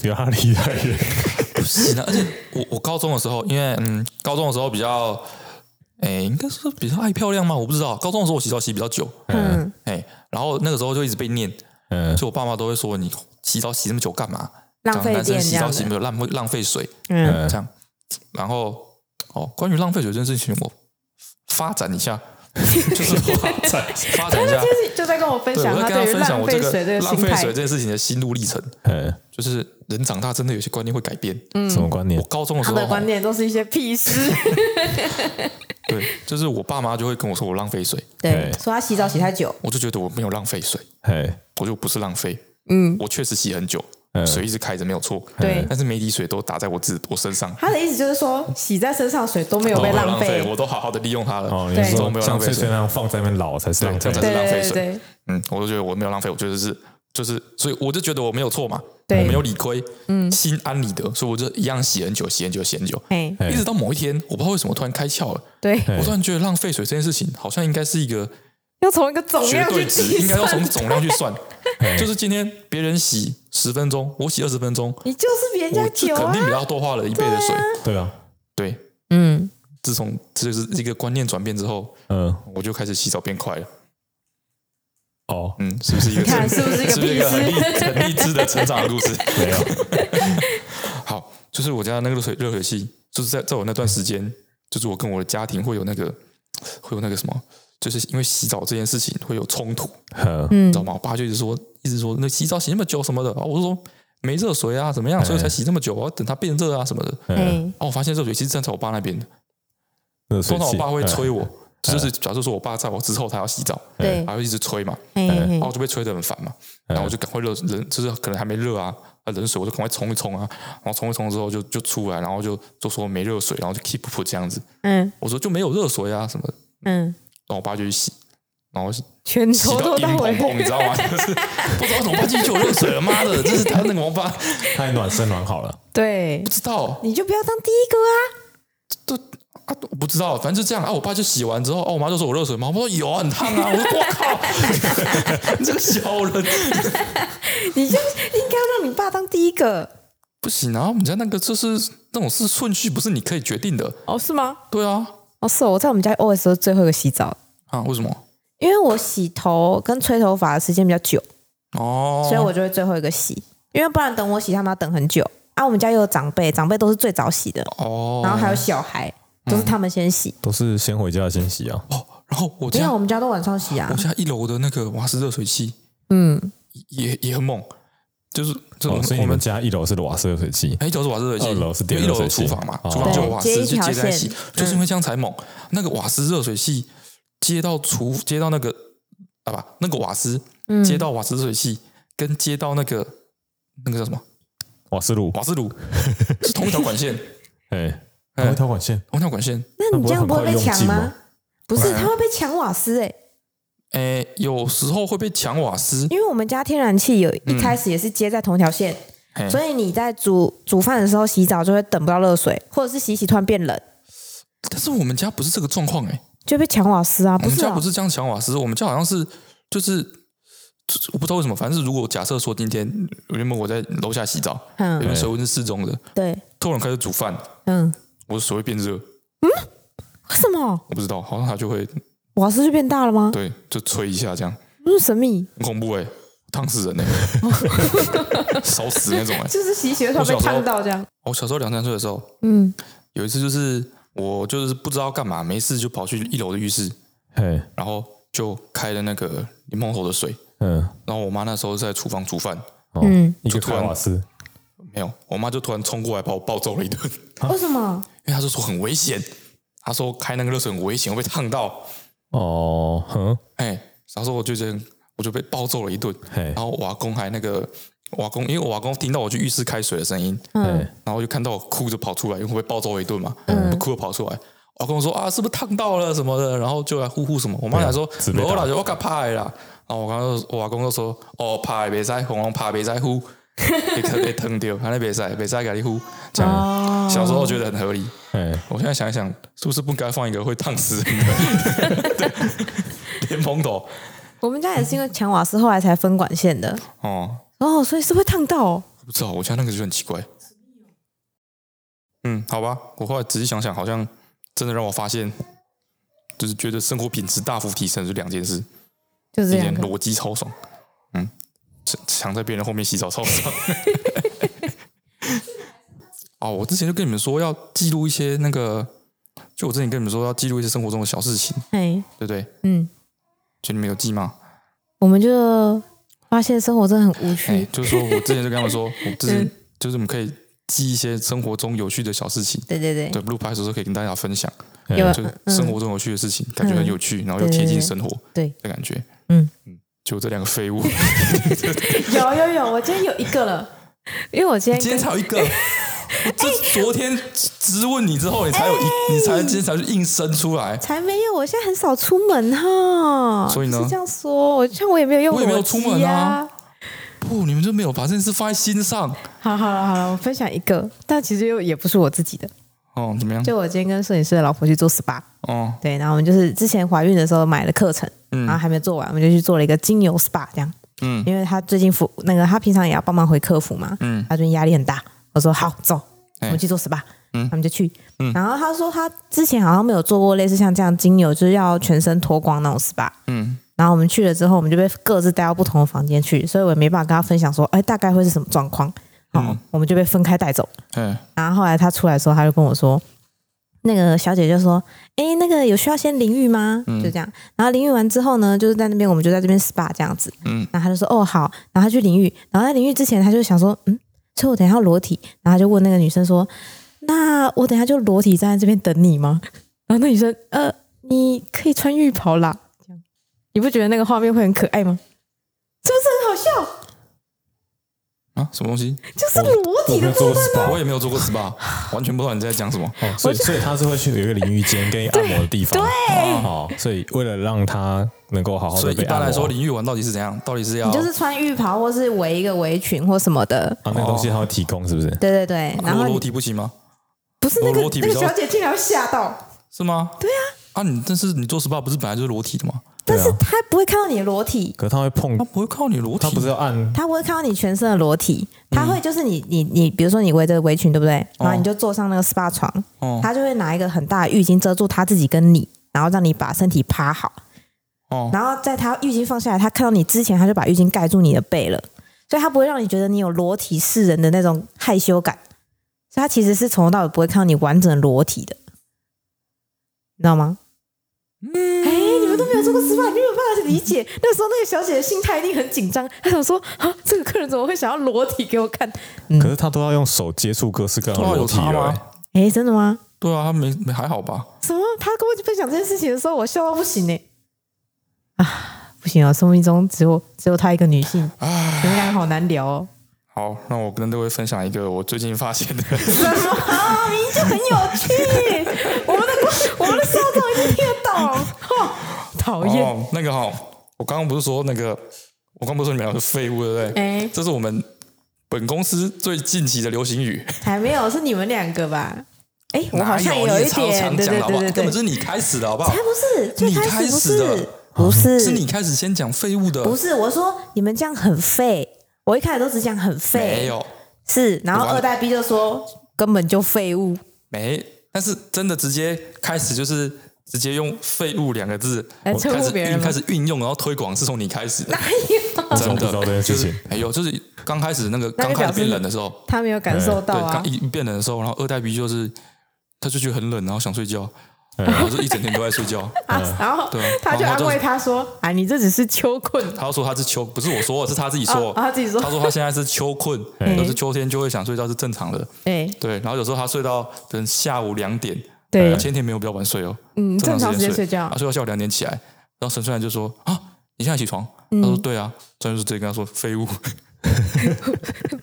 Speaker 3: 不要让它离太远。
Speaker 2: [LAUGHS] 不行啊！而且我我高中的时候，因为嗯，高中的时候比较，哎、应该是比较爱漂亮吗？我不知道。高中的时候我洗澡洗比较久，
Speaker 1: 嗯，
Speaker 2: 哎、然后那个时候就一直被念，
Speaker 3: 嗯，
Speaker 2: 就我爸妈都会说你洗澡洗那么久干嘛？
Speaker 1: 浪
Speaker 2: 这
Speaker 1: 费
Speaker 2: 样男生
Speaker 1: 电
Speaker 2: 洗
Speaker 1: 这
Speaker 2: 澡
Speaker 1: 样
Speaker 2: 洗
Speaker 1: 子
Speaker 2: 没有浪费浪费水
Speaker 1: 嗯，
Speaker 2: 这样。然后哦，关于浪费水这件事情，我发展一
Speaker 1: [LAUGHS]
Speaker 2: 下，就是发展发展一下。
Speaker 1: 就是就在跟我分
Speaker 2: 啊对，
Speaker 1: 享
Speaker 2: 我
Speaker 1: 他
Speaker 2: 在跟
Speaker 1: 对于
Speaker 2: 他分享
Speaker 1: 浪
Speaker 2: 我这
Speaker 1: 费水这
Speaker 2: 个
Speaker 1: 个
Speaker 2: 浪
Speaker 1: 心
Speaker 2: 费水
Speaker 1: 态
Speaker 2: 这，件事情的心路历程，
Speaker 3: 嗯，
Speaker 2: 就是人长大真的有些观念会改变。
Speaker 3: 什么观念
Speaker 2: 我？高中的时
Speaker 1: 嗯他
Speaker 2: 候，
Speaker 1: 的观念都是一些屁事。
Speaker 2: 对，就是我爸妈就会跟我说我浪费水，
Speaker 1: 对
Speaker 3: 对，
Speaker 1: 说他洗澡洗太久，
Speaker 2: 我就觉得我没有浪费水，
Speaker 3: 哎，
Speaker 2: 我就不是浪费，
Speaker 1: 嗯，
Speaker 2: 我确实洗很久，
Speaker 3: 嗯
Speaker 2: 水一直开着没有错，
Speaker 1: 对
Speaker 2: 但是每滴水都打在我自我身上，
Speaker 1: 他的意思就是说洗在身上的水都没有
Speaker 2: 都没
Speaker 1: 被
Speaker 2: 有浪
Speaker 1: 费，
Speaker 2: 我都好好的利用它了，
Speaker 3: 哦，你
Speaker 1: 对
Speaker 3: 是
Speaker 2: 都没
Speaker 3: 说
Speaker 2: 有浪
Speaker 3: 像
Speaker 2: 费
Speaker 3: 翠翠
Speaker 2: 水，
Speaker 3: 那样放在那边老才是浪费
Speaker 2: 对这样才
Speaker 3: 水？
Speaker 1: 对
Speaker 2: 浪费
Speaker 1: 对
Speaker 2: 水
Speaker 1: 对
Speaker 2: 嗯，我就觉得我没有浪费，我觉得是就是，所以我就觉得我没有错嘛，
Speaker 1: 对
Speaker 2: 我没有理亏，嗯，心安理得，所以我就一样洗很久，洗很久，洗很久，
Speaker 1: 对，
Speaker 3: 哎
Speaker 2: 一直到某一天，我不知道为什么突然开窍了，
Speaker 1: 对，
Speaker 3: 哎
Speaker 2: 我突然觉得浪费水这件事情好像应该是一个
Speaker 1: 要从一个总
Speaker 2: 绝
Speaker 1: 量去
Speaker 2: 对值，
Speaker 1: 计
Speaker 2: 应该要
Speaker 1: [LAUGHS] 算
Speaker 2: 从，总量去算。
Speaker 3: 哎
Speaker 2: 就是今天别人洗十分钟，我洗二十分钟，
Speaker 1: 你就是别人
Speaker 2: 我
Speaker 1: 家
Speaker 2: 就
Speaker 1: 酒
Speaker 2: 肯
Speaker 1: 啊
Speaker 2: 定，比他多花了一倍的水。
Speaker 3: 对啊，
Speaker 2: 对，
Speaker 1: 嗯，
Speaker 2: 自从这就是一个观念转变之后，
Speaker 3: 嗯，
Speaker 2: 我就开始洗澡变快了。
Speaker 3: 哦，
Speaker 2: 嗯，是不是一个
Speaker 1: 你看
Speaker 2: 成
Speaker 1: 是不是一个
Speaker 2: 是不是一个很
Speaker 1: 屁
Speaker 2: 励很励志的成长的故事？[LAUGHS]
Speaker 3: 没有，
Speaker 2: 好，就是我家那个热水热水器，就是在在我那段时间，就是我跟我的家庭会有那个会有那个什么，就是因为洗澡这件事情会有冲突，
Speaker 3: 嗯
Speaker 2: 你知道吗？我爸就一直说一直说那洗澡洗那么久什么的，啊我就说没热水啊，怎么样，
Speaker 3: 哎
Speaker 2: 所以才洗这么久，我要等它变热啊什么的。
Speaker 3: 嗯，
Speaker 1: 哎，
Speaker 2: 哦，我发现热水器是站在我爸那边的，
Speaker 3: 热水
Speaker 2: 通常我
Speaker 3: 器，
Speaker 2: 爸会
Speaker 3: 嗯
Speaker 2: 催我，就是假设说我爸在我之后他要洗澡，
Speaker 1: 对
Speaker 2: 他会一直催嘛，
Speaker 1: 嘿嘿
Speaker 2: 然后我就被吹得很烦嘛，
Speaker 1: 嗯
Speaker 2: 然后我就赶快热冷，就是可能还没热啊，啊冷水我就赶快冲一冲啊，然后冲一冲之后就就出来，然后就就说没热水，然后就 keep 不这样子，
Speaker 1: 嗯
Speaker 2: 我说就没有热水啊什么的，
Speaker 1: 嗯，
Speaker 2: 然后我爸就去洗，然后洗
Speaker 1: 全头
Speaker 2: 到
Speaker 1: 都
Speaker 2: 硬
Speaker 1: 到
Speaker 2: 碰碰，你
Speaker 1: 尾，
Speaker 2: 知道吗？ [LAUGHS] 就是不知道怎么爸进去有热水了，妈的， [LAUGHS] 这是他那个王八不
Speaker 3: [LAUGHS] 太暖身暖好了，
Speaker 1: 对，
Speaker 2: 知道，
Speaker 1: 你就不要当第一个啊， [LAUGHS]
Speaker 2: 就啊我不知道，反正就这样啊，我爸就洗完之后，哦我妈就说我热水吗？我说有啊，很烫啊，我说我靠， [LAUGHS] 你这个小人。
Speaker 1: 你就应该让你爸当第一个，
Speaker 2: 不行啊！我们家那个就是那种是顺序，不是你可以决定的。
Speaker 1: 哦，是吗？
Speaker 2: 对啊，
Speaker 1: 哦，是哦我在我们家 always 都是最后一个洗澡，
Speaker 2: 啊，为什么？
Speaker 1: 因为我洗头跟吹头发的时间比较久，
Speaker 2: 哦，
Speaker 1: 所以我就会最后一个洗，因为不然等我洗他们要等很久啊。我们家又有长辈，长辈都是最早洗的，
Speaker 2: 哦，嗯
Speaker 1: 然后还有小孩，都是他们先洗。
Speaker 3: 都是先回家先洗啊，
Speaker 2: 哦，然后我
Speaker 1: 因为
Speaker 2: 家
Speaker 1: 我们家都晚上洗啊
Speaker 2: 我，家一楼的那个瓦斯热水器
Speaker 1: 嗯，
Speaker 2: 也也很猛，就是就是我
Speaker 3: 哦，所
Speaker 2: 们我
Speaker 3: 以你们
Speaker 2: 们
Speaker 3: 家一楼是瓦斯热水器，
Speaker 2: 哎一楼是瓦斯热水器，
Speaker 3: 二楼是
Speaker 2: 因
Speaker 3: 电
Speaker 2: 为一
Speaker 3: 热
Speaker 2: 楼有
Speaker 3: 水器
Speaker 2: 厨房嘛，
Speaker 3: 哦
Speaker 2: 厨房就有
Speaker 1: 对
Speaker 2: 瓦
Speaker 1: 接
Speaker 2: 斯
Speaker 1: 一
Speaker 2: 就
Speaker 1: 条
Speaker 2: 接在一起
Speaker 1: 线，
Speaker 2: 就是因为这样才猛。那个瓦斯热水器接到厨接到那个啊不那个瓦斯
Speaker 1: 嗯
Speaker 2: 接到瓦斯热水器跟接到那个那个叫什么
Speaker 3: 瓦斯炉，
Speaker 2: 瓦斯
Speaker 3: [LAUGHS]
Speaker 2: 炉是同一条管线，
Speaker 3: 哎，
Speaker 2: 哎
Speaker 3: 同一条管线，
Speaker 2: 同一条管线。
Speaker 1: 那你这样不会
Speaker 3: 那不会很快
Speaker 1: 被抢
Speaker 3: 用尽吗？
Speaker 1: 不
Speaker 2: 不
Speaker 1: 是，
Speaker 2: 然
Speaker 1: 他会被抢瓦斯哎、
Speaker 2: 诶，有时候会被抢瓦斯，
Speaker 1: 因为我们家天然气有一开始也是接在同一条线，
Speaker 2: 嘿
Speaker 1: 所以你在煮煮饭的时候洗澡就会等不到热水，或者是洗洗突然变冷，
Speaker 2: 但是我们家不是这个状况诶，
Speaker 1: 就被抢瓦斯啊，
Speaker 2: 我
Speaker 1: 不
Speaker 2: 们
Speaker 1: 是、
Speaker 2: 家
Speaker 1: 啊？
Speaker 2: 不是这样抢瓦斯，我们家好像是就是就是我不知道为什么，反正是如果假设说今天原本我在楼下洗澡，
Speaker 1: 嗯
Speaker 2: 因为水温是适中的，
Speaker 1: 对，
Speaker 2: 突然开始煮饭，
Speaker 1: 嗯，
Speaker 2: 我的水会变热，
Speaker 1: 为什么
Speaker 2: 我不知道，好像它就会
Speaker 1: 瓦斯就变大了吗？
Speaker 2: 对就吹一下这样，
Speaker 1: 那么神秘，
Speaker 2: 很恐怖诶，烫死人诶，欸 [LAUGHS] 烧死那种诶。
Speaker 1: 就是洗洗的时
Speaker 2: 候被烫
Speaker 1: 到这样。
Speaker 2: 我小时候两三岁的时候，
Speaker 1: 嗯，
Speaker 2: 有一次就是我就是不知道干嘛，没事就跑去一楼的浴室，
Speaker 3: 嘿，
Speaker 2: 然后就开了那个柠檬头的水。
Speaker 3: 嗯，
Speaker 2: 然后我妈那时候在厨房煮饭，
Speaker 3: 哦
Speaker 1: 嗯，
Speaker 3: 一个
Speaker 2: 就突
Speaker 3: 开
Speaker 2: 然
Speaker 3: 瓦斯，
Speaker 2: 没有，我妈就突然冲过来把我暴揍了一顿，因
Speaker 1: 为什么？
Speaker 2: 为她就说很危险，她说开那个热水很危险，会被烫到。
Speaker 3: 哦，哼，
Speaker 2: 哎，然后我就觉得我就被暴揍了一顿。
Speaker 3: 嘿
Speaker 2: 然，后我阿公还那个我阿公，因为我阿公听到我去浴室开水的声音，
Speaker 1: 嗯
Speaker 3: 嘿，
Speaker 2: 然后就看到我哭着跑出来，因为我被暴揍了一顿嘛，嗯、哭着跑出来。我阿公说啊，是不是烫到了什么的，然后就来呼呼什么。我妈还说
Speaker 3: 对啊自，备
Speaker 2: 我
Speaker 3: 打
Speaker 2: 老就我敢怕的啦。然后我刚刚就我阿公就说，哦，怕别塞，红红怕别塞呼，别疼别疼掉，还那别塞别塞给你呼。这样、小时候觉得很合理，
Speaker 3: 嘿，
Speaker 2: 我现在想一想，是不是不该放一个会烫死人的对莲蓬头？
Speaker 1: 我们家也是因为抢瓦斯，后来才分管线的。
Speaker 2: 哦，
Speaker 1: 哦，所以是会烫到、哦。
Speaker 2: 不知道，我现在那个就很奇怪。嗯，好吧，我后来仔细想想，好像真的让我发现，就是觉得生活品质大幅提升是两件事，
Speaker 1: 就
Speaker 2: 一
Speaker 1: 这样
Speaker 2: 件，裸机超爽，嗯，抢抢在别人后面洗澡超爽。 [LAUGHS] 哦，我之前就跟你们说要记录一些那个，就我之前跟你们说要记录一些生活中的小事情，
Speaker 1: 哎，
Speaker 2: 对不对？
Speaker 1: 嗯，
Speaker 2: 就你们有记吗？ [LAUGHS]
Speaker 1: 我们就发现生活真的很无
Speaker 2: 哎、
Speaker 1: 趣。
Speaker 2: 就是说我之前就跟他们说，我就是、
Speaker 1: 嗯
Speaker 2: 就是我们可以记一些生活中有趣的小事情，
Speaker 1: 对对对，
Speaker 2: 对，录拍的时候可以跟大家分享，
Speaker 3: 嘿
Speaker 1: 哎有
Speaker 2: 就
Speaker 1: 嗯
Speaker 2: 生活中有趣的事情，感觉很有趣，然后又贴近生活
Speaker 1: 对
Speaker 2: 的感觉。
Speaker 1: 嗯
Speaker 2: 嗯，就这两个废
Speaker 1: [LAUGHS]
Speaker 2: 物，
Speaker 1: 有有有，我今天有一个了， [LAUGHS] 因为我今
Speaker 2: 今天
Speaker 1: 天
Speaker 2: 才有一个。
Speaker 1: 哎
Speaker 2: 我这昨天质问你之后，你才有
Speaker 1: 哎
Speaker 2: 一，你才今天才去硬生出来。
Speaker 1: 才没有，我现在很少出门哈。
Speaker 2: 所以呢
Speaker 1: 哦就是这样说，我像我也没有用、
Speaker 2: 我也没有出门啊。不，你们就没有把这件事放在心上。
Speaker 1: 好，好了好了，我分享一个，但其实又也不是我自己的，
Speaker 2: 哦，怎么样？
Speaker 1: 就我今天跟摄影师的老婆去做 SPA。
Speaker 2: 哦，
Speaker 1: 啊对，然后我们就是之前怀孕的时候买了课程，然后还没做完，我们就去做了一个精油 SPA，这样
Speaker 2: 嗯
Speaker 1: 因为他最近服那个他平常也要帮忙回客服嘛，
Speaker 2: 嗯
Speaker 1: 他最近压力很大。我说好，走，我
Speaker 2: 哎
Speaker 1: 们去做 SPA，、
Speaker 2: 嗯
Speaker 1: 他们就去。
Speaker 2: 嗯
Speaker 1: 然后他说他之前好像没有做过类似像这样精油，就是要全身脱光那种 SPA。
Speaker 2: 嗯
Speaker 1: 然后我们去了之后，我们就被各自带到不同的房间去，所以我也没办法跟他分享说，哎，大概会是什么状况。哦，
Speaker 2: 嗯
Speaker 1: 我们就被分开带走。
Speaker 2: 哎
Speaker 1: 然后后来他出来的时候，他就跟我说，那个小姐就说：“哎，那个有需要先淋浴吗？”
Speaker 2: 嗯
Speaker 1: 就这样。然后淋浴完之后呢，就是在那边我们就在这边 SPA 这样子。
Speaker 2: 嗯
Speaker 1: 然后他就说：“哦，好。”然后他去淋浴，然后在淋浴之前，他就想说：“嗯，所以我等一下要裸体。”然后他就问那个女生说：“那我等一下就裸体站在这边等你吗？” [LAUGHS] 然后那女生：“呃，你可以穿浴袍啦。”这样你不觉得那个画面会很可爱吗？是不是很好笑？
Speaker 2: 哦啊什么东
Speaker 1: [LAUGHS]
Speaker 2: 西？
Speaker 1: 就是裸
Speaker 3: 我
Speaker 1: 体
Speaker 3: 没
Speaker 1: 的
Speaker 3: 有
Speaker 1: 部
Speaker 3: 做
Speaker 1: 分
Speaker 3: 过 SPA，
Speaker 2: 我也没有做过 SPA，完全不知道你在讲什么。
Speaker 3: 哦，所以所以他是会去有一个淋浴间跟一个按摩的地方，对，好，所以为了让他能够好好
Speaker 2: 所
Speaker 3: 的
Speaker 2: 以
Speaker 3: 被
Speaker 2: 一般
Speaker 3: 按
Speaker 2: 来
Speaker 3: 摩
Speaker 2: 说，，淋浴完到底是怎样？到底是要
Speaker 1: 你就是穿浴袍或是围一个围裙或什么的。
Speaker 3: 啊，那
Speaker 2: 哦
Speaker 3: 个东西他会提供是不是？
Speaker 1: 对对对，然
Speaker 2: 裸
Speaker 1: 后
Speaker 2: 裸体不行吗？
Speaker 1: 不是那个
Speaker 2: 裸体
Speaker 1: 那
Speaker 2: 比
Speaker 1: 个
Speaker 2: 较
Speaker 1: 小姐竟然会吓到，
Speaker 2: 是吗？对啊。啊，你但是你做 SPA 不是本来就是裸体的吗？
Speaker 1: 但是
Speaker 3: 对啊
Speaker 1: 她不会看到你的裸体，
Speaker 3: 可他会碰
Speaker 2: 他，不会靠你裸体，
Speaker 3: 他不是要按
Speaker 1: 她不会看到你全身的裸体，她会就是你你你，比如说你围着围裙对不对？然后你就坐上那个 SPA 床，
Speaker 2: 哦
Speaker 1: 她就会拿一个很大的浴巾遮住她自己跟你，然后让你把身体趴好，
Speaker 2: 哦
Speaker 1: 然后在她浴巾放下来，她看到你之前，她就把浴巾盖住你的背了，所以她不会让你觉得你有裸体示人的那种害羞感，所以她其实是从头到尾不会看到你完整裸体的，你知道吗？哎、你们都没有做过 SPA，你没有办法理解。那时候那个小姐的心态一定很紧张，她想说啊，这个客人怎么会想要裸体给我看？
Speaker 3: 可是他都要用手接触各式各样
Speaker 2: 对
Speaker 3: 的
Speaker 2: 啊，
Speaker 3: 裸
Speaker 2: 嗯有
Speaker 3: 体
Speaker 2: 差
Speaker 3: 了、欸
Speaker 2: 吗？
Speaker 1: 哎、真的吗？
Speaker 2: 对啊，他没没还好吧？
Speaker 1: 什么？她跟我分享这件事情的时候，我笑到不行呢、啊，不行啊，生命中只有只有她一个女性，你们俩 [LAUGHS] 好难聊哦。
Speaker 2: 好，那我跟各位分享一个我最近发
Speaker 1: [LAUGHS]
Speaker 2: 现的，
Speaker 1: 什么？啊明明就很有趣，我们的我们的受众一定听得懂。 [LAUGHS] 哦，讨厌，
Speaker 2: 哦，那个哈，我刚刚不是说那个，我刚不是说你们俩是废物，对不对？
Speaker 1: [LAUGHS] 哎
Speaker 2: 这是我们本公司最近期的流行语，
Speaker 1: 还没有，是你们两个吧？哎、我好
Speaker 2: 哪
Speaker 1: 像
Speaker 2: 有
Speaker 1: 一
Speaker 2: 你超
Speaker 1: 点，
Speaker 2: 常
Speaker 1: 对
Speaker 2: 讲
Speaker 1: 对
Speaker 2: 的好不
Speaker 1: 对
Speaker 2: 好？
Speaker 1: 对
Speaker 2: 根
Speaker 1: 对
Speaker 2: 本，是你开始的好不好
Speaker 1: 才？不是，最
Speaker 2: 你
Speaker 1: 开
Speaker 2: 开
Speaker 1: 始不
Speaker 2: 始的哦
Speaker 1: 是，不是，
Speaker 2: 是你开始先讲废物的，
Speaker 1: 不是？我说你们这样很废，我一开始都只讲很
Speaker 2: 没
Speaker 1: 废，
Speaker 2: 有
Speaker 1: 是，然后
Speaker 2: 完了
Speaker 1: 二代 B 就说根本就废物，
Speaker 2: 没，但是真的直接开始就是直接用“废物”两个字，
Speaker 1: 来
Speaker 2: 我
Speaker 1: 称呼
Speaker 2: 开始
Speaker 1: 别人
Speaker 2: 运
Speaker 1: 吗啊
Speaker 2: 开始运用，然后推广是从你开始的，
Speaker 3: 我怎
Speaker 2: 真
Speaker 3: 么不
Speaker 2: 的
Speaker 3: 知道这件事情？
Speaker 2: 哎呦，就是刚开始那个
Speaker 1: 那
Speaker 2: 刚
Speaker 1: 就
Speaker 2: 开
Speaker 1: 表
Speaker 2: 始
Speaker 1: 示
Speaker 2: 变冷的时
Speaker 1: [LAUGHS]
Speaker 2: 候，
Speaker 1: 他没有感受到
Speaker 2: 对，
Speaker 1: 啊
Speaker 2: 刚。一变冷的时候，然后二代 B 就是他就觉得很冷，然后想睡觉，然后就一整天都在睡
Speaker 1: [LAUGHS]
Speaker 2: 觉。
Speaker 1: 啊，然后
Speaker 2: 对
Speaker 1: 他就
Speaker 2: 然后
Speaker 1: 安
Speaker 2: 就
Speaker 1: 慰他说：“啊，你这只是秋困。
Speaker 2: 他说他是秋，不是我说的，是他自己说，
Speaker 1: 哦他自己说
Speaker 2: 他说他现在是秋困，
Speaker 1: [LAUGHS] 嗯
Speaker 2: 就是秋天就会想睡觉是正常的。
Speaker 1: 哎，
Speaker 2: 对，然后有时候他睡到等下午两点，
Speaker 1: 对
Speaker 2: 呃前天没有比较晚睡哦，
Speaker 1: 嗯
Speaker 2: 常
Speaker 1: 正常时间睡
Speaker 2: 睡
Speaker 1: 觉
Speaker 2: 他睡到下午两点起来，然后沈春兰就说啊，你现在起床？
Speaker 1: 嗯
Speaker 2: 他说对啊，专就是直接跟他说废
Speaker 1: [LAUGHS]
Speaker 2: 物，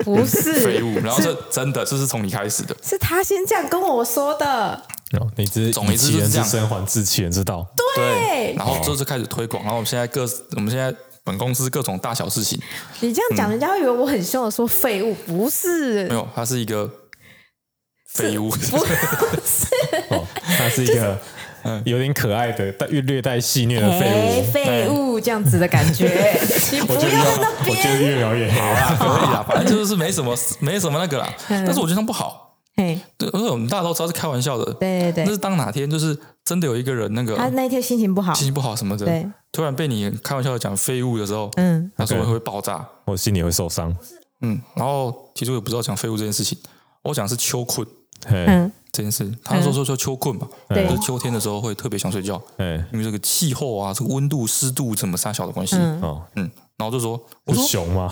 Speaker 1: 不是，
Speaker 2: 废物，然后这真的这是从你开始的，
Speaker 1: 是他先这样跟我说的。
Speaker 3: 哦，你只
Speaker 2: 总而言
Speaker 3: 以
Speaker 2: 之
Speaker 3: 其
Speaker 2: 就是这
Speaker 3: 人之
Speaker 2: 样
Speaker 3: 身还治其人之道，
Speaker 2: 对，然后就是开始推广，然后我们现在各我们现在本公司各种大小事情，
Speaker 1: 你这
Speaker 2: 嗯
Speaker 1: 样讲，人家会以为我很凶的说废物，不是
Speaker 2: 没，有，它是一个废物， [LAUGHS]
Speaker 3: 哦，他是一个
Speaker 2: 嗯
Speaker 3: 有点可爱的，但又略带戏谑的
Speaker 1: 哎，
Speaker 3: 废物。
Speaker 1: 废物这样子的感
Speaker 2: [LAUGHS]
Speaker 1: 觉，你不
Speaker 3: 我
Speaker 1: 要
Speaker 3: 觉得
Speaker 1: 在那
Speaker 3: 我觉得
Speaker 1: 边。
Speaker 3: 越聊越好啊！ [LAUGHS]
Speaker 2: 可以啦，反正就是没什么没什么那个啦，但是我觉得这样不好，
Speaker 1: 嗯嘿，
Speaker 2: 对，而且我们大家都知道是开玩笑的，
Speaker 1: 对对
Speaker 2: 但
Speaker 1: 对，
Speaker 2: 是当哪天就是真的有一个人那个哦
Speaker 1: 他那一天心情不好，
Speaker 2: 心情不好什么的
Speaker 1: 对，
Speaker 2: 突然被你开玩笑的讲废物的时候，
Speaker 1: 嗯，
Speaker 2: 他说
Speaker 3: OK
Speaker 2: 会爆炸，
Speaker 3: 我心里会受伤。
Speaker 2: 嗯，然后其实我也不知道讲废物这件事情，我讲的是秋困
Speaker 3: 哎
Speaker 1: 嗯，
Speaker 2: 这件事，他说说说秋困嘛，
Speaker 1: 对
Speaker 2: 就是秋天的时候会特别想睡觉，
Speaker 3: 哎
Speaker 2: 因为这个气候啊，这个温度、湿度怎么三小的关系，嗯
Speaker 1: 嗯
Speaker 3: 哦，
Speaker 2: 然后就说，我
Speaker 3: 是
Speaker 2: 说
Speaker 3: 熊吗？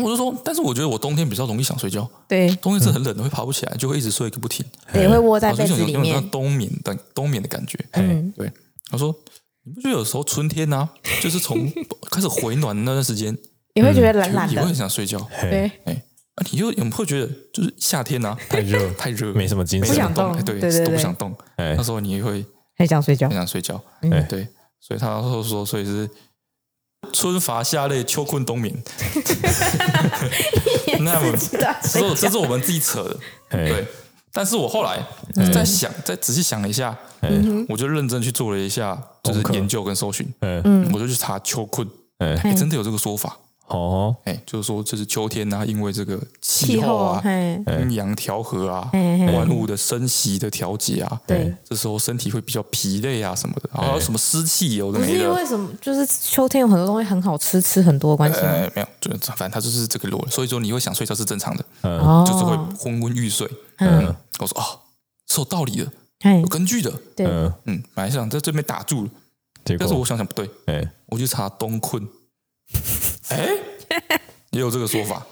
Speaker 2: 我就说，但是我觉得我冬天比较容易想睡觉，
Speaker 1: 对
Speaker 2: 冬天是很冷的，会爬不起来，就会一直睡个不停，
Speaker 1: 对，会窝在
Speaker 2: 然后就
Speaker 1: 被
Speaker 2: 有哦种有
Speaker 1: 子里
Speaker 2: 种像
Speaker 1: 面，
Speaker 2: 冬眠的冬眠的感觉，
Speaker 1: 嗯，
Speaker 2: 对，他说。你不觉得有时候春天呢、 [LAUGHS] 就是
Speaker 1: [LAUGHS]
Speaker 2: 从开始回暖的那段时间，
Speaker 1: 你
Speaker 2: 嗯
Speaker 1: 会觉得懒懒
Speaker 2: 也会很
Speaker 1: 的，
Speaker 2: 想睡觉。
Speaker 3: 嘿，
Speaker 1: 对，
Speaker 2: 哎、啊，你就你会觉得就是夏天啊，
Speaker 3: 太热，
Speaker 2: 太热，
Speaker 3: 没什么精
Speaker 2: 没什么
Speaker 3: 神。
Speaker 1: 想动
Speaker 2: 哎对
Speaker 1: 对对
Speaker 2: 都不
Speaker 1: 对
Speaker 2: 想动。
Speaker 3: 哎
Speaker 2: 那时候你会
Speaker 1: 很想睡觉
Speaker 2: 很。想睡觉，
Speaker 1: 嗯
Speaker 3: 哎
Speaker 2: 对，所以他那时候说，所以是春乏夏累，秋困冬
Speaker 1: [LAUGHS]
Speaker 2: 眠。那我们
Speaker 1: 自己在睡
Speaker 2: 这
Speaker 1: 觉
Speaker 2: 是这是我们自己扯的，
Speaker 3: 哎
Speaker 2: 对。但是我后来再想，再仔细想了一下，
Speaker 3: 嗯
Speaker 2: 我就认真去做了一下，就是
Speaker 3: 功课
Speaker 2: 研究跟搜寻，
Speaker 3: 嗯
Speaker 2: 我就去查秋困，
Speaker 3: 嗯，
Speaker 2: 哎、
Speaker 1: 嗯
Speaker 2: 真的有这个说法，
Speaker 3: 好哦，
Speaker 2: 哎、就是说这是秋天啊，因为这个气
Speaker 1: 气
Speaker 2: 候
Speaker 1: 候
Speaker 2: 啊，、
Speaker 1: 嘿，
Speaker 2: 阴阳调和啊，
Speaker 1: 嘿嘿
Speaker 2: 万物的生息的调节啊，
Speaker 1: 对，
Speaker 2: 这时候身体会比较疲累啊什么的，然后还有什么湿气有的
Speaker 1: 不
Speaker 2: [LAUGHS]
Speaker 1: 是
Speaker 2: 没
Speaker 1: 因
Speaker 2: 的。
Speaker 1: 为什么，就是秋天有很多东西很好吃，吃很多的关系吗？
Speaker 2: 呃，没有，就反正它就是这个逻，所以说你会想睡觉是正常的，
Speaker 3: 嗯
Speaker 1: 哦，
Speaker 2: 就是会昏昏欲睡。
Speaker 1: 嗯，
Speaker 2: 我说哦，是有道理的，
Speaker 1: 嘿
Speaker 2: 有，根据的。
Speaker 1: 对，
Speaker 3: 嗯，
Speaker 2: 嗯，本来想在这边打住了，
Speaker 3: 结
Speaker 2: 但是我
Speaker 3: 果
Speaker 2: 想想不对，
Speaker 3: 哎，
Speaker 2: 我去查冬困，哎、
Speaker 1: [LAUGHS]
Speaker 2: 也有这个说法，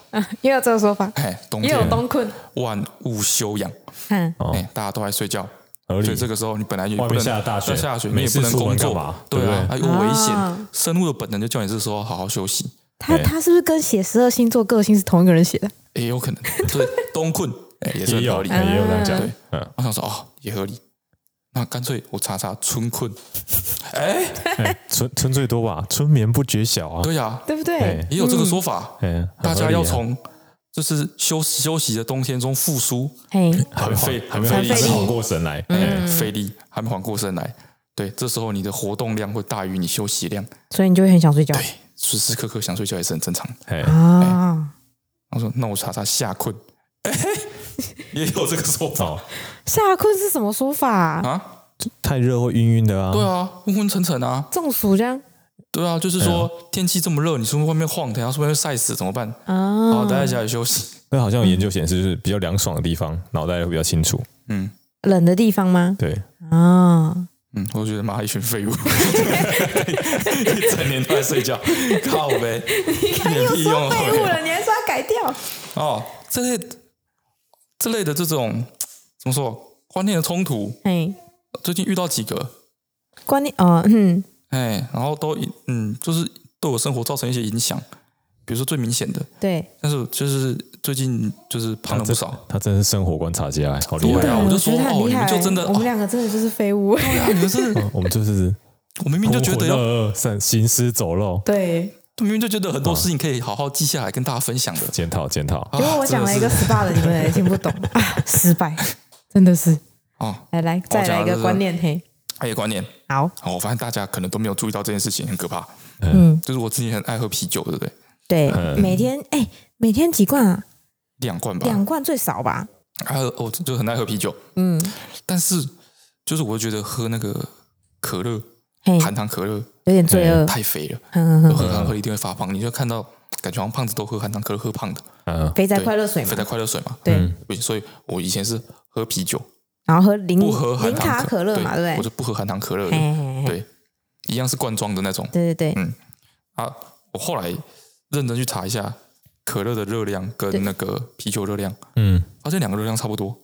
Speaker 1: 也有这个说法，
Speaker 2: 哎、冬
Speaker 1: 也有
Speaker 2: 天
Speaker 1: 冬困，
Speaker 2: 万物休养，
Speaker 1: 嗯，
Speaker 3: 哦
Speaker 2: 哎、大家都还睡觉，
Speaker 3: 合
Speaker 2: 所
Speaker 3: 理
Speaker 2: 以，这个时候你本来也
Speaker 3: 外
Speaker 2: 不能
Speaker 3: 面下大雪
Speaker 2: 对下雪你
Speaker 3: 没
Speaker 2: 也
Speaker 3: 事
Speaker 2: 不能
Speaker 3: 出门
Speaker 2: 工
Speaker 3: 干
Speaker 2: 作
Speaker 3: 嘛
Speaker 2: 对
Speaker 3: 对
Speaker 2: 啊
Speaker 3: 不，
Speaker 2: 还有危
Speaker 1: 啊
Speaker 2: 险。生物的本能就叫你是说好好休息，
Speaker 1: 他
Speaker 3: 哎
Speaker 1: 他是不是跟写十二星座个性是同一个人写的？
Speaker 2: 也哎有可
Speaker 1: [LAUGHS]
Speaker 2: 能。所以冬困哎也是
Speaker 3: 也
Speaker 2: 很
Speaker 3: 有
Speaker 2: 合理。
Speaker 3: 哎也有这样讲
Speaker 2: 对，
Speaker 3: 嗯，
Speaker 2: 我想说哦，也合理。那干脆我查查春困，
Speaker 3: 哦
Speaker 2: 哎，
Speaker 3: 哎春春最多吧，春眠不觉晓啊，
Speaker 2: 对呀，
Speaker 1: 对不对
Speaker 3: 哎？
Speaker 2: 也有这个说法。
Speaker 3: 哎，很
Speaker 2: 大家
Speaker 3: 合理啊
Speaker 2: 要从就是休息休息的冬天中复苏，
Speaker 1: 嘿，
Speaker 3: 还没
Speaker 2: 很费
Speaker 3: 还没
Speaker 2: 很
Speaker 1: 费力
Speaker 3: 还没缓过神来，哎
Speaker 2: 哎，费力还没缓过神来。对，这时候你的活动量会大于你休息量，
Speaker 1: 所以你就会很想睡觉
Speaker 2: 对，哎时时刻刻想睡觉也是很正常的。
Speaker 3: 哎，
Speaker 1: 啊。
Speaker 2: 我说那我查查夏困，也有这个说法
Speaker 3: 哦，
Speaker 1: 夏困是什么说法啊？
Speaker 2: 啊？
Speaker 3: 太热会晕晕的啊，
Speaker 2: 对啊，昏昏沉沉啊，
Speaker 1: 中暑这样
Speaker 2: 对啊，就是说、天气这么热，你出门外面晃，等一下出门会晒死怎么办？
Speaker 1: 啊？
Speaker 2: 好，待在家里休息。
Speaker 3: 那好像有研究显示，就是比较凉爽的地方，脑袋会比较清楚。
Speaker 2: 嗯
Speaker 1: 冷的地方吗？
Speaker 3: 对，
Speaker 1: 啊，
Speaker 2: 嗯，我就觉得妈一群废物， [LAUGHS] 一整年都 [LAUGHS] 在睡
Speaker 3: [LAUGHS]
Speaker 2: 觉，靠呗，有屁用啊
Speaker 1: 废物了，你还说要改掉？
Speaker 2: 哦，这类这类的这种怎么说观念的冲突，
Speaker 1: 嘿，
Speaker 2: 最近遇到几个，
Speaker 1: 观念啊，嗯，
Speaker 2: 哎，然后都嗯，就是对我生活造成一些影响，比如说最明显的。
Speaker 1: 对，
Speaker 2: 但是就是最近就是胖了不少，
Speaker 3: 他真是生活观察家，好厉
Speaker 2: 啊对
Speaker 3: 害！
Speaker 2: 啊我就说
Speaker 1: 觉得他很
Speaker 2: 哦
Speaker 1: 厉
Speaker 2: 你
Speaker 1: 害
Speaker 2: 们就真的
Speaker 1: 我们两个真的就是废物。
Speaker 2: 对啊，你们
Speaker 1: [LAUGHS]
Speaker 2: 是
Speaker 3: 哦我们就是
Speaker 2: 我明明就觉得
Speaker 3: 浑浑
Speaker 2: 要，
Speaker 3: 噩噩散行尸走肉，
Speaker 1: 对，
Speaker 2: 明明就觉得很多事情可以好好记下来跟大家分享的。啊
Speaker 3: 检讨检讨。
Speaker 1: 啊结果我讲了一个 SPA 的，你们也听不
Speaker 2: [LAUGHS]
Speaker 1: 懂啊，失败，真的是。
Speaker 2: 哦，
Speaker 1: 来来，再来一个观念，嘿，
Speaker 2: 还有观念，
Speaker 1: 好，
Speaker 2: 哦，我发现大家可能都没有注意到这件事情，很可怕。
Speaker 1: 嗯，
Speaker 2: 就是我之前很爱喝啤酒，对不对？
Speaker 1: 对，
Speaker 3: 嗯
Speaker 1: 每天哎，每天几罐啊？
Speaker 2: 两罐吧，
Speaker 1: 两罐最少吧？
Speaker 2: 还有哦我就很爱喝啤酒，
Speaker 1: 嗯，
Speaker 2: 但是就是我觉得喝那个可乐，
Speaker 1: 嘿，
Speaker 2: 含糖可乐
Speaker 1: 有点罪恶，
Speaker 2: 太肥了，
Speaker 1: 嗯嗯嗯，
Speaker 2: 喝含糖可乐一定会发胖。你就看到感觉好像胖子都喝含糖可乐，喝胖的，
Speaker 3: 嗯，
Speaker 1: 肥宅
Speaker 2: 对
Speaker 1: 快乐水嘛
Speaker 2: 肥，宅快乐水嘛。
Speaker 1: 对，
Speaker 2: 对，所以我以前是喝啤酒，
Speaker 1: 然后喝零
Speaker 2: 不喝含
Speaker 1: 嗯零
Speaker 2: 糖
Speaker 1: 卡可乐嘛，对
Speaker 2: 我
Speaker 1: 不
Speaker 2: 就
Speaker 1: 对
Speaker 2: 不喝含糖可乐的
Speaker 1: 嘿？嘿嘿嘿
Speaker 2: 对，一样是罐装的那种
Speaker 1: 对对对，
Speaker 2: 啊。我后来认真去查一下可乐的热量跟那个啤酒热量，
Speaker 3: 嗯，
Speaker 2: 发现两个热量差不多，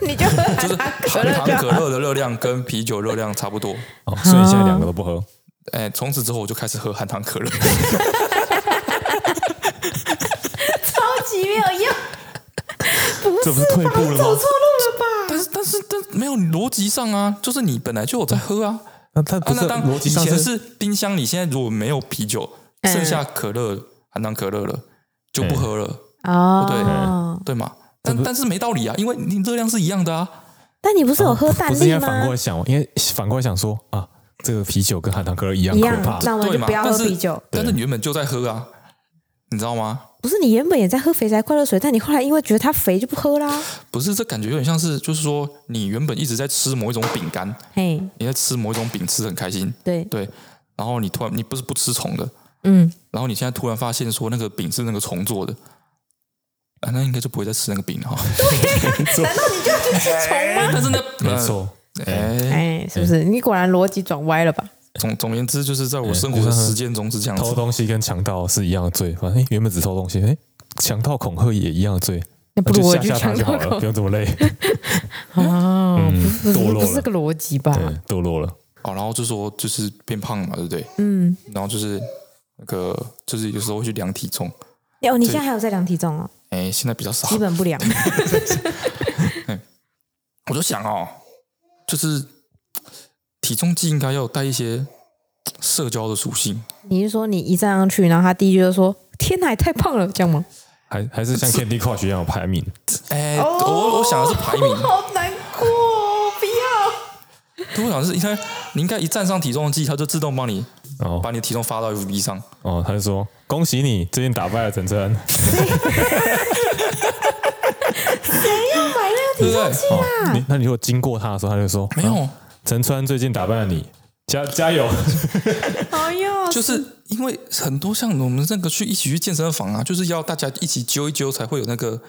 Speaker 1: 那你就喝
Speaker 2: [LAUGHS]
Speaker 1: 含
Speaker 2: 就是
Speaker 1: 糖可
Speaker 2: 含
Speaker 1: 乐就
Speaker 2: 糖
Speaker 1: 好
Speaker 2: 可乐的热量跟啤酒热量差不多。
Speaker 3: 哦，所以你现在两个都不喝，
Speaker 2: 哎，从此之后我就开始喝含糖可乐， [LAUGHS]
Speaker 1: 超级没有用，不
Speaker 3: 这不
Speaker 1: 是
Speaker 3: 是退步了
Speaker 1: 走
Speaker 3: 吗
Speaker 1: 错？路了吧？
Speaker 2: 但是但是但没有逻辑上啊，就是你本来就有在喝啊。
Speaker 3: 那他不
Speaker 2: 啊，
Speaker 3: 是
Speaker 2: 那当
Speaker 3: 逻
Speaker 2: 以
Speaker 3: 辑上
Speaker 2: 前
Speaker 3: 是
Speaker 2: 是冰箱里，现在如果没有啤酒，
Speaker 1: 嗯
Speaker 2: 剩下可乐、含糖可乐了，就不喝了，
Speaker 1: 哎哦，
Speaker 2: 对吗？但但是没道理啊，因为你热量是一样的啊。
Speaker 1: 但你不是有喝
Speaker 3: 不
Speaker 1: 蛋
Speaker 3: 是应
Speaker 1: 力
Speaker 3: 该反过
Speaker 1: 吗
Speaker 3: 来？想，因为反过来想说啊，这个啤酒跟含糖可乐一样
Speaker 1: 一
Speaker 3: 可
Speaker 1: 样
Speaker 3: 怕，，
Speaker 1: 那我们
Speaker 2: 对
Speaker 1: 就
Speaker 2: 嘛
Speaker 1: 不要
Speaker 2: 但
Speaker 1: 喝
Speaker 2: 是
Speaker 1: 啤酒。
Speaker 2: 但是你原本就在喝啊，你知道吗？
Speaker 1: 不是你原本也在喝肥宅快乐水，但你后来因为觉得它肥就不喝啦。
Speaker 2: 不是，这感觉有点像是，就是说你原本一直在吃某一种饼干，
Speaker 1: 嘿，
Speaker 2: 你在吃某一种饼吃的很开心，
Speaker 1: 对，
Speaker 2: 对，然后你突然你不是不吃虫的，
Speaker 1: 嗯，
Speaker 2: 然后你现在突然发现说那个饼是那个虫做的，啊，那应该就不会再吃那个饼了哈。
Speaker 1: 难道你就要去吃虫吗？
Speaker 2: 但是那
Speaker 3: 没，错，
Speaker 2: 呃哎，
Speaker 1: 啊哎，是不是？你果然逻辑转歪了吧？
Speaker 2: 总总言之，就是在我生活的实践中是这样
Speaker 3: 哎偷
Speaker 2: 子。
Speaker 3: 东西跟强盗是一样的罪，反正哎原本只偷东西，哎，强盗恐吓也一样的罪，那
Speaker 1: 那不如
Speaker 3: 就
Speaker 1: 我
Speaker 3: 下
Speaker 1: 去
Speaker 3: 下
Speaker 1: 抢
Speaker 3: 他就好了，
Speaker 1: 口
Speaker 3: 不用这么累，
Speaker 1: 哦， [LAUGHS] 不是
Speaker 3: 堕落
Speaker 1: 不
Speaker 3: 了
Speaker 1: 是这个逻辑吧？
Speaker 3: 对，堕落了，
Speaker 2: 哦，然后就说就是变胖嘛，对不对？
Speaker 1: 嗯，
Speaker 2: 然后就是那个就是有时候会去量体重，
Speaker 1: 哦，你现在还有在量体重哦，
Speaker 2: 哎，现在比较少。
Speaker 1: 基本不良。
Speaker 2: 我就想哦，就是体重计应该要带一些社交的属性。
Speaker 1: 你是说你一站上去，然后他第一句就说：“天哪，也太胖了！”这样吗？
Speaker 3: 还还是像 Candy Crush 一样有排名，
Speaker 2: 哎、
Speaker 1: 哦
Speaker 2: 我我想的是排名
Speaker 1: 我，好难过哦，不要。
Speaker 2: 对我想的是应该你应该一站上体重计，它就自动帮你
Speaker 1: 啊
Speaker 3: 然后
Speaker 2: 把你的体重发到 FB 上。
Speaker 3: 哦，他就说恭喜你，最近打败了哦晨晨，
Speaker 1: 买那个体重器，
Speaker 3: 哦，你那你如果经过他的时候，他就说啊
Speaker 2: 没有，
Speaker 3: 陈川最近打败了你，加加油！
Speaker 1: 哎呦， [LAUGHS]
Speaker 2: 就是因为很多像我们那个去一起去健身房啊，就是要大家一起揪一揪，才会有那个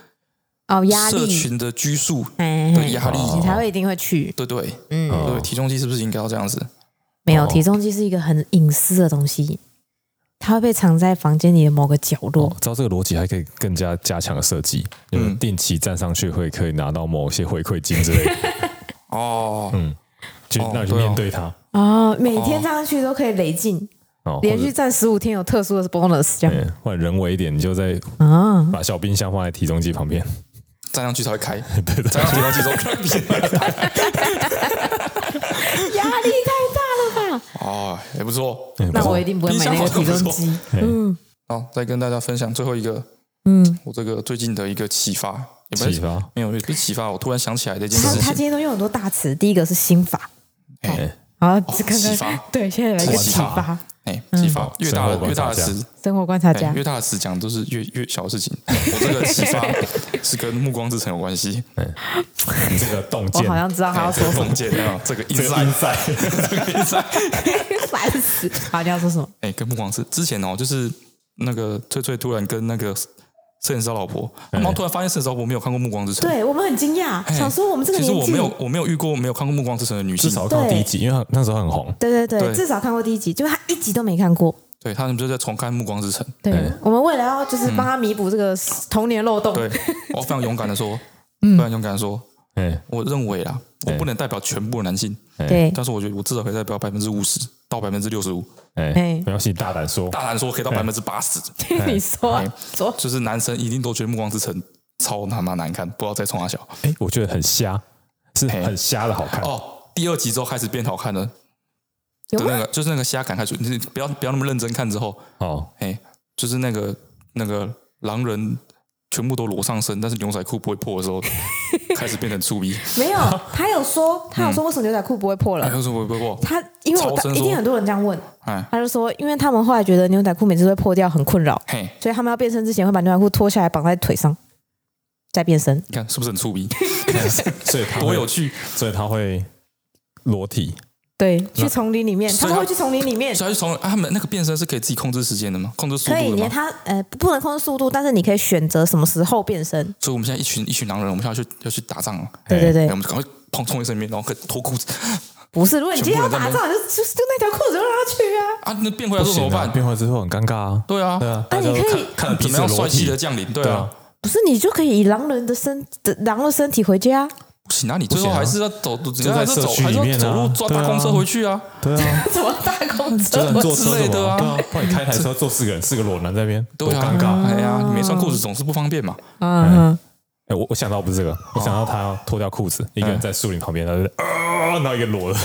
Speaker 1: 哦压
Speaker 2: 社
Speaker 1: 力，
Speaker 2: 群的拘束
Speaker 3: 嗯
Speaker 1: 哎，
Speaker 2: 的压力。
Speaker 1: 你
Speaker 3: 哦
Speaker 1: 才会一定会去。
Speaker 2: 对对
Speaker 1: 嗯，
Speaker 2: 对，体重计是不是应该要这样子？
Speaker 1: 没有，
Speaker 3: 哦
Speaker 1: 体重计是一个很隐私的东西，它会被藏在房间里的某个角落
Speaker 3: 哦。照这个逻辑，还可以更加加强设计，就是定期站上去会可以拿到某些回馈金之类
Speaker 1: [LAUGHS]
Speaker 3: 的，
Speaker 2: 哦，
Speaker 3: 嗯就
Speaker 2: 哦
Speaker 3: 让你去
Speaker 2: 对哦
Speaker 3: 面对它。
Speaker 1: 哦，每天上去都可以累进，
Speaker 3: 哦，
Speaker 1: 连
Speaker 3: 或
Speaker 1: 续
Speaker 3: 者
Speaker 1: 站十五天有特殊的 bonus 这样
Speaker 3: 嗯，或者人为一点，你就在
Speaker 2: 哦
Speaker 1: 啊。
Speaker 3: 把小冰箱放在体重机旁边，
Speaker 2: 站上去才会
Speaker 3: [LAUGHS]
Speaker 2: 开，站上体重计之后开始开。
Speaker 1: [LAUGHS] 压力太大了吧？
Speaker 2: 哦，也不错。
Speaker 3: 嗯
Speaker 1: [LAUGHS] 啊那我一定不会买那个体重机。
Speaker 2: 哦
Speaker 1: 嗯
Speaker 2: 好，再跟大家分享最后一个，
Speaker 1: 嗯，
Speaker 2: 我这个最近的一个启发，也不是哦
Speaker 3: 启发。
Speaker 2: 没有，也不是启发，我突然想起来的一件
Speaker 1: 他
Speaker 2: 事
Speaker 1: 他今
Speaker 2: 情。
Speaker 1: 天都用很多大词，第一个是心法，
Speaker 2: 哎
Speaker 1: 好，这看
Speaker 2: 启
Speaker 1: 看
Speaker 2: 发，哦
Speaker 1: 对，现在来一个
Speaker 2: 启
Speaker 1: 启
Speaker 2: 发
Speaker 1: 发，
Speaker 2: 哎，启发
Speaker 3: 嗯
Speaker 2: 越大
Speaker 3: 生活
Speaker 2: 的
Speaker 3: 观
Speaker 2: 越大的
Speaker 3: 察家
Speaker 2: 词，
Speaker 1: 生活观察
Speaker 2: 哎
Speaker 1: 家，
Speaker 2: 越大的词讲都是越越小的事情。我这个启发
Speaker 1: [LAUGHS]
Speaker 2: 是跟暮光之城有关系，
Speaker 3: 你这个洞
Speaker 1: 我
Speaker 3: 见，
Speaker 1: [LAUGHS] 好像知道他要说什么，
Speaker 2: 洞见啊，这个
Speaker 3: 这个
Speaker 2: [LAUGHS] inside
Speaker 3: inside
Speaker 1: [LAUGHS] 烦死。好，你要说什么？
Speaker 2: 哎、跟不光是之前哦，就是那个翠翠突然跟那个摄影师的老婆，然
Speaker 3: 嗯
Speaker 2: 后突然发现摄影师老婆没有看过《暮光之城》，
Speaker 1: 对我们很惊讶，
Speaker 2: 哎，
Speaker 1: 想说我们这个
Speaker 2: 其实
Speaker 1: 年
Speaker 2: 我
Speaker 1: 纪
Speaker 2: 没，有我没有遇过没有看过《暮光之城》的女
Speaker 3: 至
Speaker 2: 性，
Speaker 3: 少看到
Speaker 1: 对
Speaker 3: 第一集，因为它那时候很红。
Speaker 1: 对对对，
Speaker 2: 对
Speaker 1: 至少看过第一集，就他一集都没看过。
Speaker 2: 对他们就在重看《暮光之城
Speaker 1: 对
Speaker 3: 嗯
Speaker 1: 我们为了要就是帮他弥补这个童年漏》洞，
Speaker 2: 嗯对，我非常勇敢的说，
Speaker 1: 嗯
Speaker 2: 非常勇敢的说，
Speaker 3: 哎
Speaker 2: 我认为啦，我
Speaker 3: 对
Speaker 2: 不能代表全部的男性，
Speaker 1: 对
Speaker 2: 但是我觉得我至少可以代表百分之五十到百分之六十五，
Speaker 3: 哎
Speaker 1: 哎，
Speaker 3: 没关系，大胆说，
Speaker 2: 大胆说可以到百分之八十，
Speaker 1: [LAUGHS] 听你说
Speaker 2: 哎
Speaker 1: 说
Speaker 2: 就是男生一定都觉得《暮光之城》超他妈难看，不知道在冲啥小
Speaker 3: 哎，我觉得很瞎，是
Speaker 2: 哎
Speaker 3: 很瞎的好看。
Speaker 2: 哦。第二集之后开始变好看了，
Speaker 1: 有啊
Speaker 2: 就那
Speaker 1: 吗？
Speaker 2: 个就是那个瞎感开始，你不要不要那么认真看之后， [LAUGHS]
Speaker 3: 哦，
Speaker 2: 哎，就是那个那个狼人全部都裸上身，但是牛仔裤不会破的时
Speaker 1: [LAUGHS]
Speaker 2: 候，开始变成粗鄙，
Speaker 1: 没有，他有说，他有说为什么牛仔裤不会破
Speaker 2: 哎，
Speaker 1: 了？
Speaker 2: 为什么不会破？
Speaker 1: 他因为我
Speaker 2: 嗯超声
Speaker 1: 一定
Speaker 2: 说
Speaker 1: 很多人这样问，
Speaker 2: 哎，
Speaker 1: 他就说，因为他们后来觉得牛仔裤每次都会破掉，很困扰，
Speaker 2: 嘿，
Speaker 1: 所以他们要变身之前会把牛仔裤脱下来绑在腿上，再变身。
Speaker 2: 你看是不是很粗鄙？
Speaker 3: 所以它
Speaker 2: 多
Speaker 3: 会
Speaker 2: 有，趣！
Speaker 3: 所以它会裸体。
Speaker 1: 对，去丛林里面，他
Speaker 2: 所以
Speaker 1: 们
Speaker 2: 他
Speaker 1: 会去丛林里面，
Speaker 2: 所以从、啊、他们那个变身是可以自己控制时间的吗？控制速
Speaker 1: 可以，
Speaker 2: 度的
Speaker 1: 连
Speaker 2: 吗？
Speaker 1: 他呃不能控制速度，但是你可以选择什么时候变身。
Speaker 2: 所以我们现在一群一群狼人，我们现在要去要去打仗了。
Speaker 1: 对对对
Speaker 2: 哎我，们赶快砰冲一身边，然后可以脱
Speaker 3: [LAUGHS]
Speaker 2: 裤子
Speaker 1: 不是，如果你今天要
Speaker 2: 全部人在
Speaker 1: 打仗，就就就那条裤子就让他去啊。
Speaker 2: 啊！那变回来
Speaker 3: 不
Speaker 2: 之后怎
Speaker 3: 行
Speaker 2: 么
Speaker 3: 啊，
Speaker 2: 办？
Speaker 3: 变回之后很尴尬啊。
Speaker 2: 对啊
Speaker 3: 对，啊，
Speaker 1: 那
Speaker 3: 大
Speaker 1: 哦你
Speaker 3: 家都
Speaker 1: 可以
Speaker 3: 看看彼
Speaker 2: 怎
Speaker 3: 此
Speaker 2: 么样
Speaker 3: 裸
Speaker 2: 帅气
Speaker 3: 体
Speaker 2: 的，降临？对
Speaker 3: 对
Speaker 2: 啊
Speaker 3: 啊，，
Speaker 1: 不是，你就可以以狼人的身的狼的身体回家，
Speaker 2: 不行啊！你最后
Speaker 3: 不行啊
Speaker 2: 还是要走，你
Speaker 3: 就在
Speaker 2: 还是
Speaker 3: 社
Speaker 2: 走，
Speaker 3: 区
Speaker 2: 还是
Speaker 3: 里面
Speaker 2: 要
Speaker 3: 啊
Speaker 2: 走路抓
Speaker 3: 对啊
Speaker 2: 大公车回去啊！
Speaker 3: 对啊，
Speaker 1: [LAUGHS] 怎么大公
Speaker 3: 就
Speaker 1: 车
Speaker 3: 算坐
Speaker 2: 之
Speaker 3: 车
Speaker 2: 类
Speaker 3: 什
Speaker 2: 的
Speaker 3: 么
Speaker 2: 啊
Speaker 3: 对啊，不然你开台车坐四个人，四个裸男在那边，多
Speaker 2: 对啊，
Speaker 3: 尴
Speaker 1: 嗯
Speaker 3: 尬。
Speaker 2: 哎呀，你没穿裤子总是不方便嘛。
Speaker 1: 啊？
Speaker 3: 哎，我我想到不是这个，我想到他要脱掉裤子，一个人在树林旁边，他就啊，然后一个 [LAUGHS] 裸的，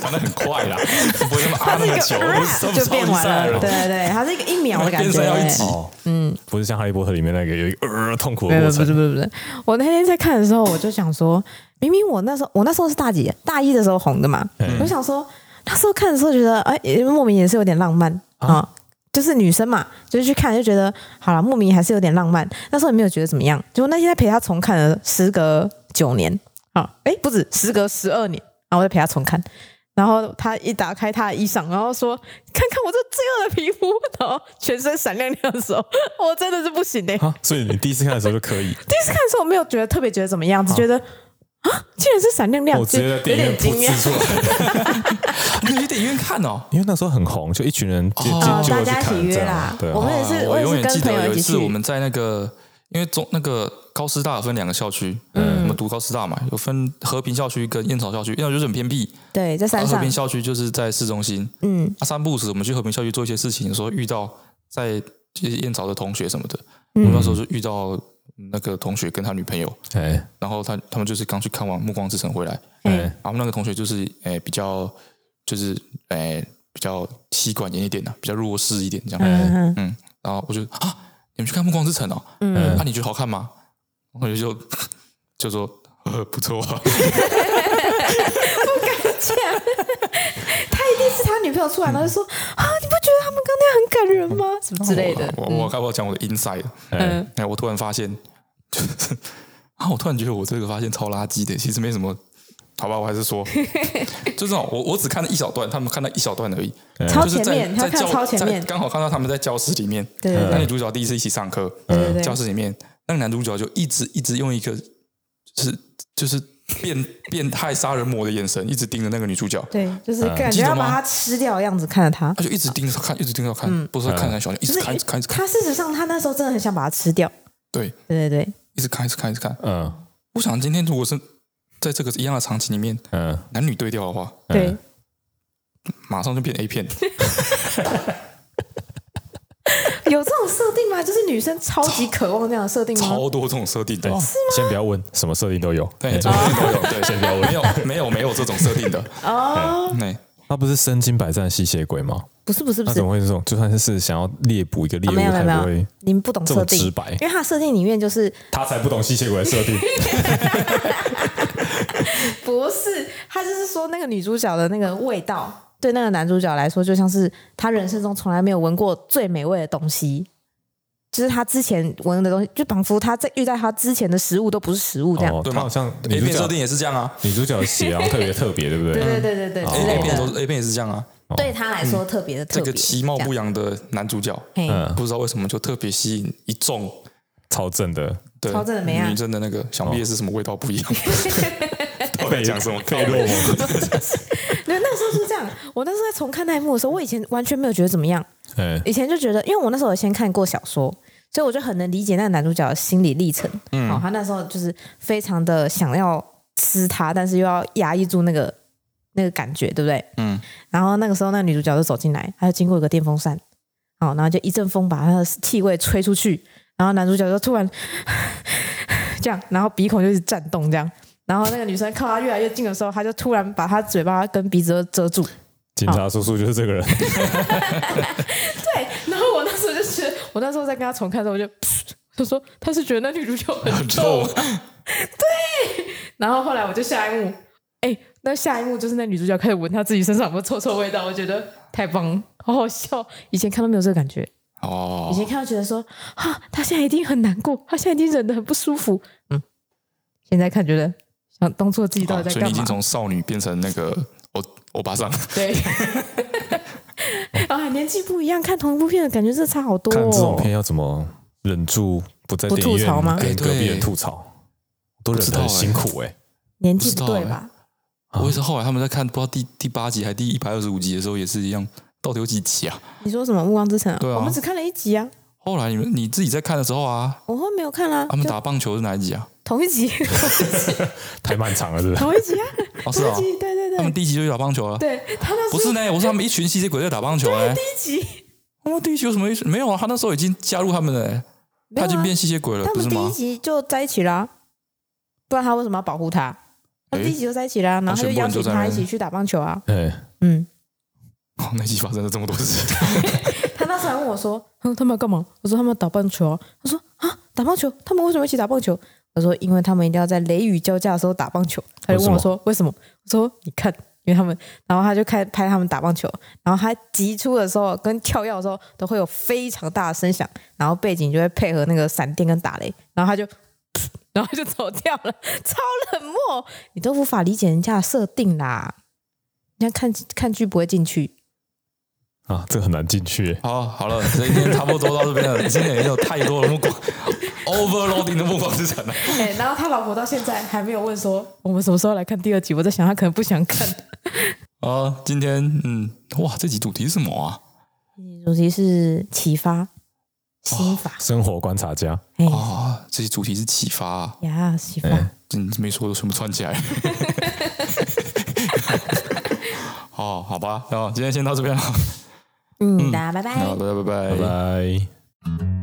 Speaker 2: 反正很快啦，不会那么
Speaker 1: 它
Speaker 2: 啊那
Speaker 1: 是一个
Speaker 2: 么久，我超
Speaker 1: rap 就变
Speaker 2: 超级
Speaker 1: 完了，
Speaker 2: 晒
Speaker 3: 啊
Speaker 1: 对对对，它是一个一秒的感
Speaker 2: 变
Speaker 1: 觉。
Speaker 2: 身要一集
Speaker 1: 对
Speaker 3: 哦，嗯，不是像哈利波特里面那个有一个呃痛苦
Speaker 1: 没
Speaker 3: 的
Speaker 1: 有，
Speaker 3: 过
Speaker 1: 不是不
Speaker 3: 程，
Speaker 1: 是不是，我那天在看的时候，我就想说，明明我那时候我那时候是大几，大一的时候红的嘛，我想说那时候看的时候觉得，哎、也莫名也是有点浪漫啊。就是女生嘛，就是去看就觉得好了，莫名还是有点浪漫。那时候也没有觉得怎么样，结果那天在陪她重看了，时隔九年啊，哎、不止，时隔十二年，然后我在陪她重看，然后她一打开她的衣裳，然后说：“看看我这罪恶的皮肤，然后全身闪亮亮的时候，我真的是不行哎、
Speaker 3: 啊，所以你第一次看的时候就可
Speaker 1: [LAUGHS]
Speaker 3: 以，
Speaker 1: 第一次看的时候，我没有觉得特别觉得怎么样，只觉得啊，竟然是闪亮亮，
Speaker 3: 我直接在
Speaker 1: 就有
Speaker 3: 电影
Speaker 1: 点
Speaker 3: 院噗嗤
Speaker 1: 惊
Speaker 2: [LAUGHS]
Speaker 1: 讶。
Speaker 3: 出来。
Speaker 2: 你去电影院看哦。
Speaker 3: 因为那时候很红，就一群人进进
Speaker 1: 哦
Speaker 3: 去
Speaker 1: 大
Speaker 3: 我去
Speaker 1: 家一起
Speaker 3: 看这
Speaker 1: 约
Speaker 3: 样
Speaker 1: 啦，，
Speaker 3: 对啊，
Speaker 1: 我们也
Speaker 2: 啊
Speaker 1: 是，
Speaker 2: 我
Speaker 1: 也
Speaker 2: 永
Speaker 1: 是
Speaker 2: 远
Speaker 1: 跟
Speaker 2: 记
Speaker 1: 朋
Speaker 2: 得
Speaker 1: 友
Speaker 2: 有一
Speaker 1: 起
Speaker 2: 次我
Speaker 1: 去。
Speaker 2: 们在那个，因为中那个高师大有分两个校区，嗯，我们读高师大嘛，有分和平校区跟燕巢校区，燕巢就是很偏僻，
Speaker 1: 对，在
Speaker 2: 然啊
Speaker 1: 山
Speaker 2: 后和
Speaker 1: 上
Speaker 2: 平，校区就是在市中心。
Speaker 1: 嗯
Speaker 2: 啊，三不五时我们去和平校区做一些事情的时候，遇到在就是燕巢的同学什么的，
Speaker 1: 嗯
Speaker 2: 我们那时候就遇到那个同学跟他女朋友，
Speaker 3: 哎
Speaker 2: 然后他他们就是刚去看完《暮光之城》回来，啊
Speaker 3: 哎，
Speaker 2: 然后我们那个同学就是诶、比较啊就是诶、比较妻管严一点的、比较弱势一点这样。
Speaker 1: 嗯，
Speaker 2: 嗯，然后我就啊，你们去看《暮光之城》哦，
Speaker 1: 嗯
Speaker 2: 啊，你觉得好看吗？我就 [LAUGHS] 就就说呃不错啊，
Speaker 1: 他一定是他女朋友出来，然后就说啊，你不觉得他们刚那样很感人吗？什么之类的。
Speaker 2: [LAUGHS] 我
Speaker 1: 嗯
Speaker 2: 我该不要讲我的 inside？
Speaker 3: 嗯，
Speaker 2: 哎，我突然发现， [LAUGHS] 就是啊，我突然觉得我这个发现超垃圾的，其实没什么。好吧，我还是
Speaker 1: [LAUGHS]
Speaker 2: 说，就这种，我我只看了一小段，他们看到一小段而已，
Speaker 1: 超
Speaker 2: 啊就是
Speaker 1: 前
Speaker 2: 在
Speaker 1: 面，他
Speaker 2: 在
Speaker 1: 看
Speaker 2: 教
Speaker 1: 超前
Speaker 2: 在
Speaker 1: 面，
Speaker 2: 刚好看到他们在教室里面，
Speaker 1: 对对
Speaker 2: 男
Speaker 1: 对
Speaker 2: 女主角第一次一起上课，
Speaker 1: 对对
Speaker 2: 教
Speaker 1: 对，
Speaker 2: 室里面，那个男主角就一直一直用一个就是就是变变态杀人魔的眼神，一直盯着那个女主角，
Speaker 1: 对，就是感
Speaker 2: 记
Speaker 1: 觉
Speaker 2: 得
Speaker 1: 要
Speaker 2: 吗
Speaker 1: 把他吃掉的样子看着他。
Speaker 2: 他就一直盯着她看，一直盯着她看，不是在看男小孩，一
Speaker 1: 嗯就
Speaker 2: 直看，一直看，一
Speaker 1: 是
Speaker 2: 直看，
Speaker 1: 他事实上他那时候真的很想把他吃掉。
Speaker 2: 对，
Speaker 1: 对对对，
Speaker 2: 一直看，一直看，一直看。
Speaker 3: 嗯
Speaker 2: 我想今天如果是在这个一样的场景里面，
Speaker 3: 嗯，
Speaker 2: 男女对调的话，
Speaker 1: 对，
Speaker 2: 马上就变 A
Speaker 1: [LAUGHS]
Speaker 2: 片，
Speaker 1: 有这种设定吗？就是女生超级渴望那样的设定吗？
Speaker 2: 超多这种设定的
Speaker 3: 对。，先不要问，什么设定都有。
Speaker 2: 对，
Speaker 3: 哦哎
Speaker 2: 这种设定都有，
Speaker 3: [LAUGHS]
Speaker 2: 对，
Speaker 3: 先不要问
Speaker 2: 没有没有没有这种设定的，
Speaker 1: 哦，
Speaker 2: 对，
Speaker 3: 他啊不是身经百战吸血鬼吗？
Speaker 1: 不是不是不
Speaker 3: 他
Speaker 1: 是
Speaker 3: 怎么，会是这种？就算是想要猎捕一个猎
Speaker 1: 啊没有
Speaker 3: 物，
Speaker 1: 没有
Speaker 3: 他不
Speaker 1: 没有
Speaker 3: 会，
Speaker 1: 你们不懂
Speaker 3: 这么
Speaker 1: 设定，
Speaker 3: 直白
Speaker 1: 因为他设定里面就是
Speaker 3: 他才不懂吸血鬼的设定。
Speaker 1: 不是，他就是说那个女主角的那个味道，对那个男主角来说，就像是他人生中从来没有闻过最美味的东西，就是他之前闻的东西，就仿佛他在遇到他之前的食物都不是食物这样。
Speaker 3: 哦，
Speaker 2: 对
Speaker 3: 他
Speaker 2: 吗
Speaker 3: 好像
Speaker 2: A
Speaker 3: 女主
Speaker 2: 片设
Speaker 3: 角
Speaker 2: 定，也是这样啊
Speaker 3: 女主角的血好像特别特别，对不
Speaker 1: 对
Speaker 3: 对？
Speaker 1: 对对对
Speaker 3: 哦
Speaker 1: 对，之
Speaker 2: ，A
Speaker 1: 类
Speaker 2: 片都
Speaker 1: 的，
Speaker 2: A 片也是这样啊，
Speaker 1: 对他来说特别的特
Speaker 2: 哦这
Speaker 1: 别。
Speaker 2: 个其貌不
Speaker 1: 样，
Speaker 2: 扬的男主角，
Speaker 1: 嘿
Speaker 3: 嗯，
Speaker 2: 不知道为什么就特别吸引一众
Speaker 3: 超正 [LAUGHS] 的，
Speaker 2: 对，
Speaker 1: 超正的美啊
Speaker 2: 女生的那个，想必也是什么味道不一
Speaker 3: [LAUGHS]
Speaker 2: 样。到底
Speaker 3: 被
Speaker 2: 讲什么
Speaker 3: [LAUGHS] 费洛蒙？
Speaker 1: 对，那个时候是这样。我那时候在重看那一幕的时候，我以前完全没有觉得怎么样，
Speaker 3: 哎，
Speaker 1: 以前就觉得，因为我那时候有先看过小说，所以我就很能理解那个男主角的心理历程。嗯，哦，他那时候就是非常的想要吃他，但是又要压抑住那个那个感觉，对不对？
Speaker 2: 嗯，
Speaker 1: 然后那个时候，那个女主角就走进来，她就经过一个电风扇，哦，然后就一阵风把她的气味吹出去，然后男主角就突然 [LAUGHS] 这样，然后鼻孔就是颤动这样。然后那个女生靠他越来越近的时候，他就突然把他嘴巴跟鼻子都遮住，
Speaker 3: 警察叔叔就是这个人。
Speaker 1: 对， [LAUGHS] 然后我那时候就觉得，我那时候在跟他重看的时候，我就， [LAUGHS] 他说他是觉得那女主角
Speaker 2: [LAUGHS]
Speaker 1: 很
Speaker 2: 臭
Speaker 1: 臭，然后后来我就下一幕，哎，那下一幕就是那女主角开始闻她自己身上有没有臭臭味道，我觉得太棒了，好好笑，以前看都没有这个感觉，以
Speaker 2: 哦，
Speaker 1: 前看到觉得说，哈，她现在一定很难过，她现在一定忍得很不舒服，嗯，现在看觉得想当做自己到
Speaker 2: 好
Speaker 1: 底在
Speaker 2: 所以你
Speaker 1: 干
Speaker 2: 已经
Speaker 1: 嘛，
Speaker 2: 从少女变成那个欧欧巴桑，
Speaker 1: 对。啊，年纪不一样，看同一部片的感觉真的差好多、哦。
Speaker 3: 看这种片要怎么忍住不在
Speaker 1: 不
Speaker 3: 电影
Speaker 1: 吐槽吗
Speaker 3: 院跟隔壁
Speaker 2: 哎对
Speaker 3: 人吐槽？都
Speaker 2: 不
Speaker 3: 忍
Speaker 2: 知
Speaker 3: 得
Speaker 2: 道
Speaker 3: 很辛苦哎。
Speaker 1: 年纪
Speaker 2: 不知
Speaker 1: 不
Speaker 2: 道
Speaker 1: 对
Speaker 2: 哎
Speaker 1: 吧？啊
Speaker 2: 我也是后来他们在看不知道第第八集还第一百二十五集的时候也是一样，到底有几集啊？
Speaker 1: 你说什么《暮光之城》啊？
Speaker 2: 对啊
Speaker 1: 我们只看了一集啊，
Speaker 2: 后来你们你自己在看的时候啊，
Speaker 1: 我后面没有看啦、
Speaker 2: 他们
Speaker 1: 就
Speaker 2: 打棒球是哪一集啊？
Speaker 1: 同
Speaker 2: [LAUGHS]
Speaker 1: 一集，
Speaker 3: 太漫长了，是不 [LAUGHS] 是？
Speaker 1: 同一集啊，
Speaker 2: 哦，是 [LAUGHS]
Speaker 1: 同
Speaker 2: 啊
Speaker 1: 一，集，对对
Speaker 2: 他们
Speaker 1: 对，
Speaker 2: 第一集就去打棒球了。
Speaker 1: 对他那时
Speaker 2: 不
Speaker 1: 候
Speaker 2: 是呢，我说他们一群吸血鬼在打棒球呢。
Speaker 1: 第一集，
Speaker 2: 他们第一集有什么意思？没有啊，他那时候已经加入他们了欸，
Speaker 1: 没
Speaker 2: 他已
Speaker 1: 有啊
Speaker 2: 经变吸血鬼了，
Speaker 1: 他
Speaker 2: 不
Speaker 1: 们
Speaker 2: 是
Speaker 1: 第一
Speaker 2: 吗？
Speaker 1: 集就在一起啦、不然他为什么要保护他？他
Speaker 2: 诶
Speaker 1: 第一集就在一起啦、然后他就邀请他一起去打棒球啊。
Speaker 3: 哎，
Speaker 1: 嗯，
Speaker 2: 哦那集发生了这么多事，
Speaker 1: 他那时候还问我说：“嗯， [LAUGHS] 他们要干嘛？”我说：“他们要打棒球、啊。”他说：“啊，打棒球？他们为什么一起打棒球？”我说：“因为他们一定要在雷雨交加的时候打棒球。”他就问我说：“为什么？”我说：“你看，因为他们……然后他就开拍他们打棒球，然后他急出的时候跟跳跃的时候都会有非常大的声响，然后背景就会配合那个闪电跟打雷，然后他就。” [LAUGHS] 然后他就走掉了，超冷漠，你都无法理解人家的设定啦。人家看看剧不会进去，
Speaker 3: 啊，这个很难进去欸。
Speaker 2: [LAUGHS] 好，好了，所以今天差不多到这边 [LAUGHS] 了。今天也有太多的目光 [LAUGHS] overloading 的目光之城了。啊
Speaker 1: [LAUGHS] 哎，然后他老婆到现在还没有问说我们什么时候来看第二集，我在想他可能不想看。
Speaker 2: 啊，今天嗯，哇，这集主题是什么啊？
Speaker 1: [LAUGHS] 主题是启发、心法，
Speaker 3: 生活观察家，
Speaker 1: 哎、
Speaker 2: 哦，这集主题是启发、啊，
Speaker 1: 呀，启发，
Speaker 3: 哎，
Speaker 2: 嗯，没说都全部串起来。哦，好吧，那今天先到这边了，
Speaker 1: 嗯嗯，大家拜
Speaker 2: 那拜拜拜
Speaker 3: 拜拜。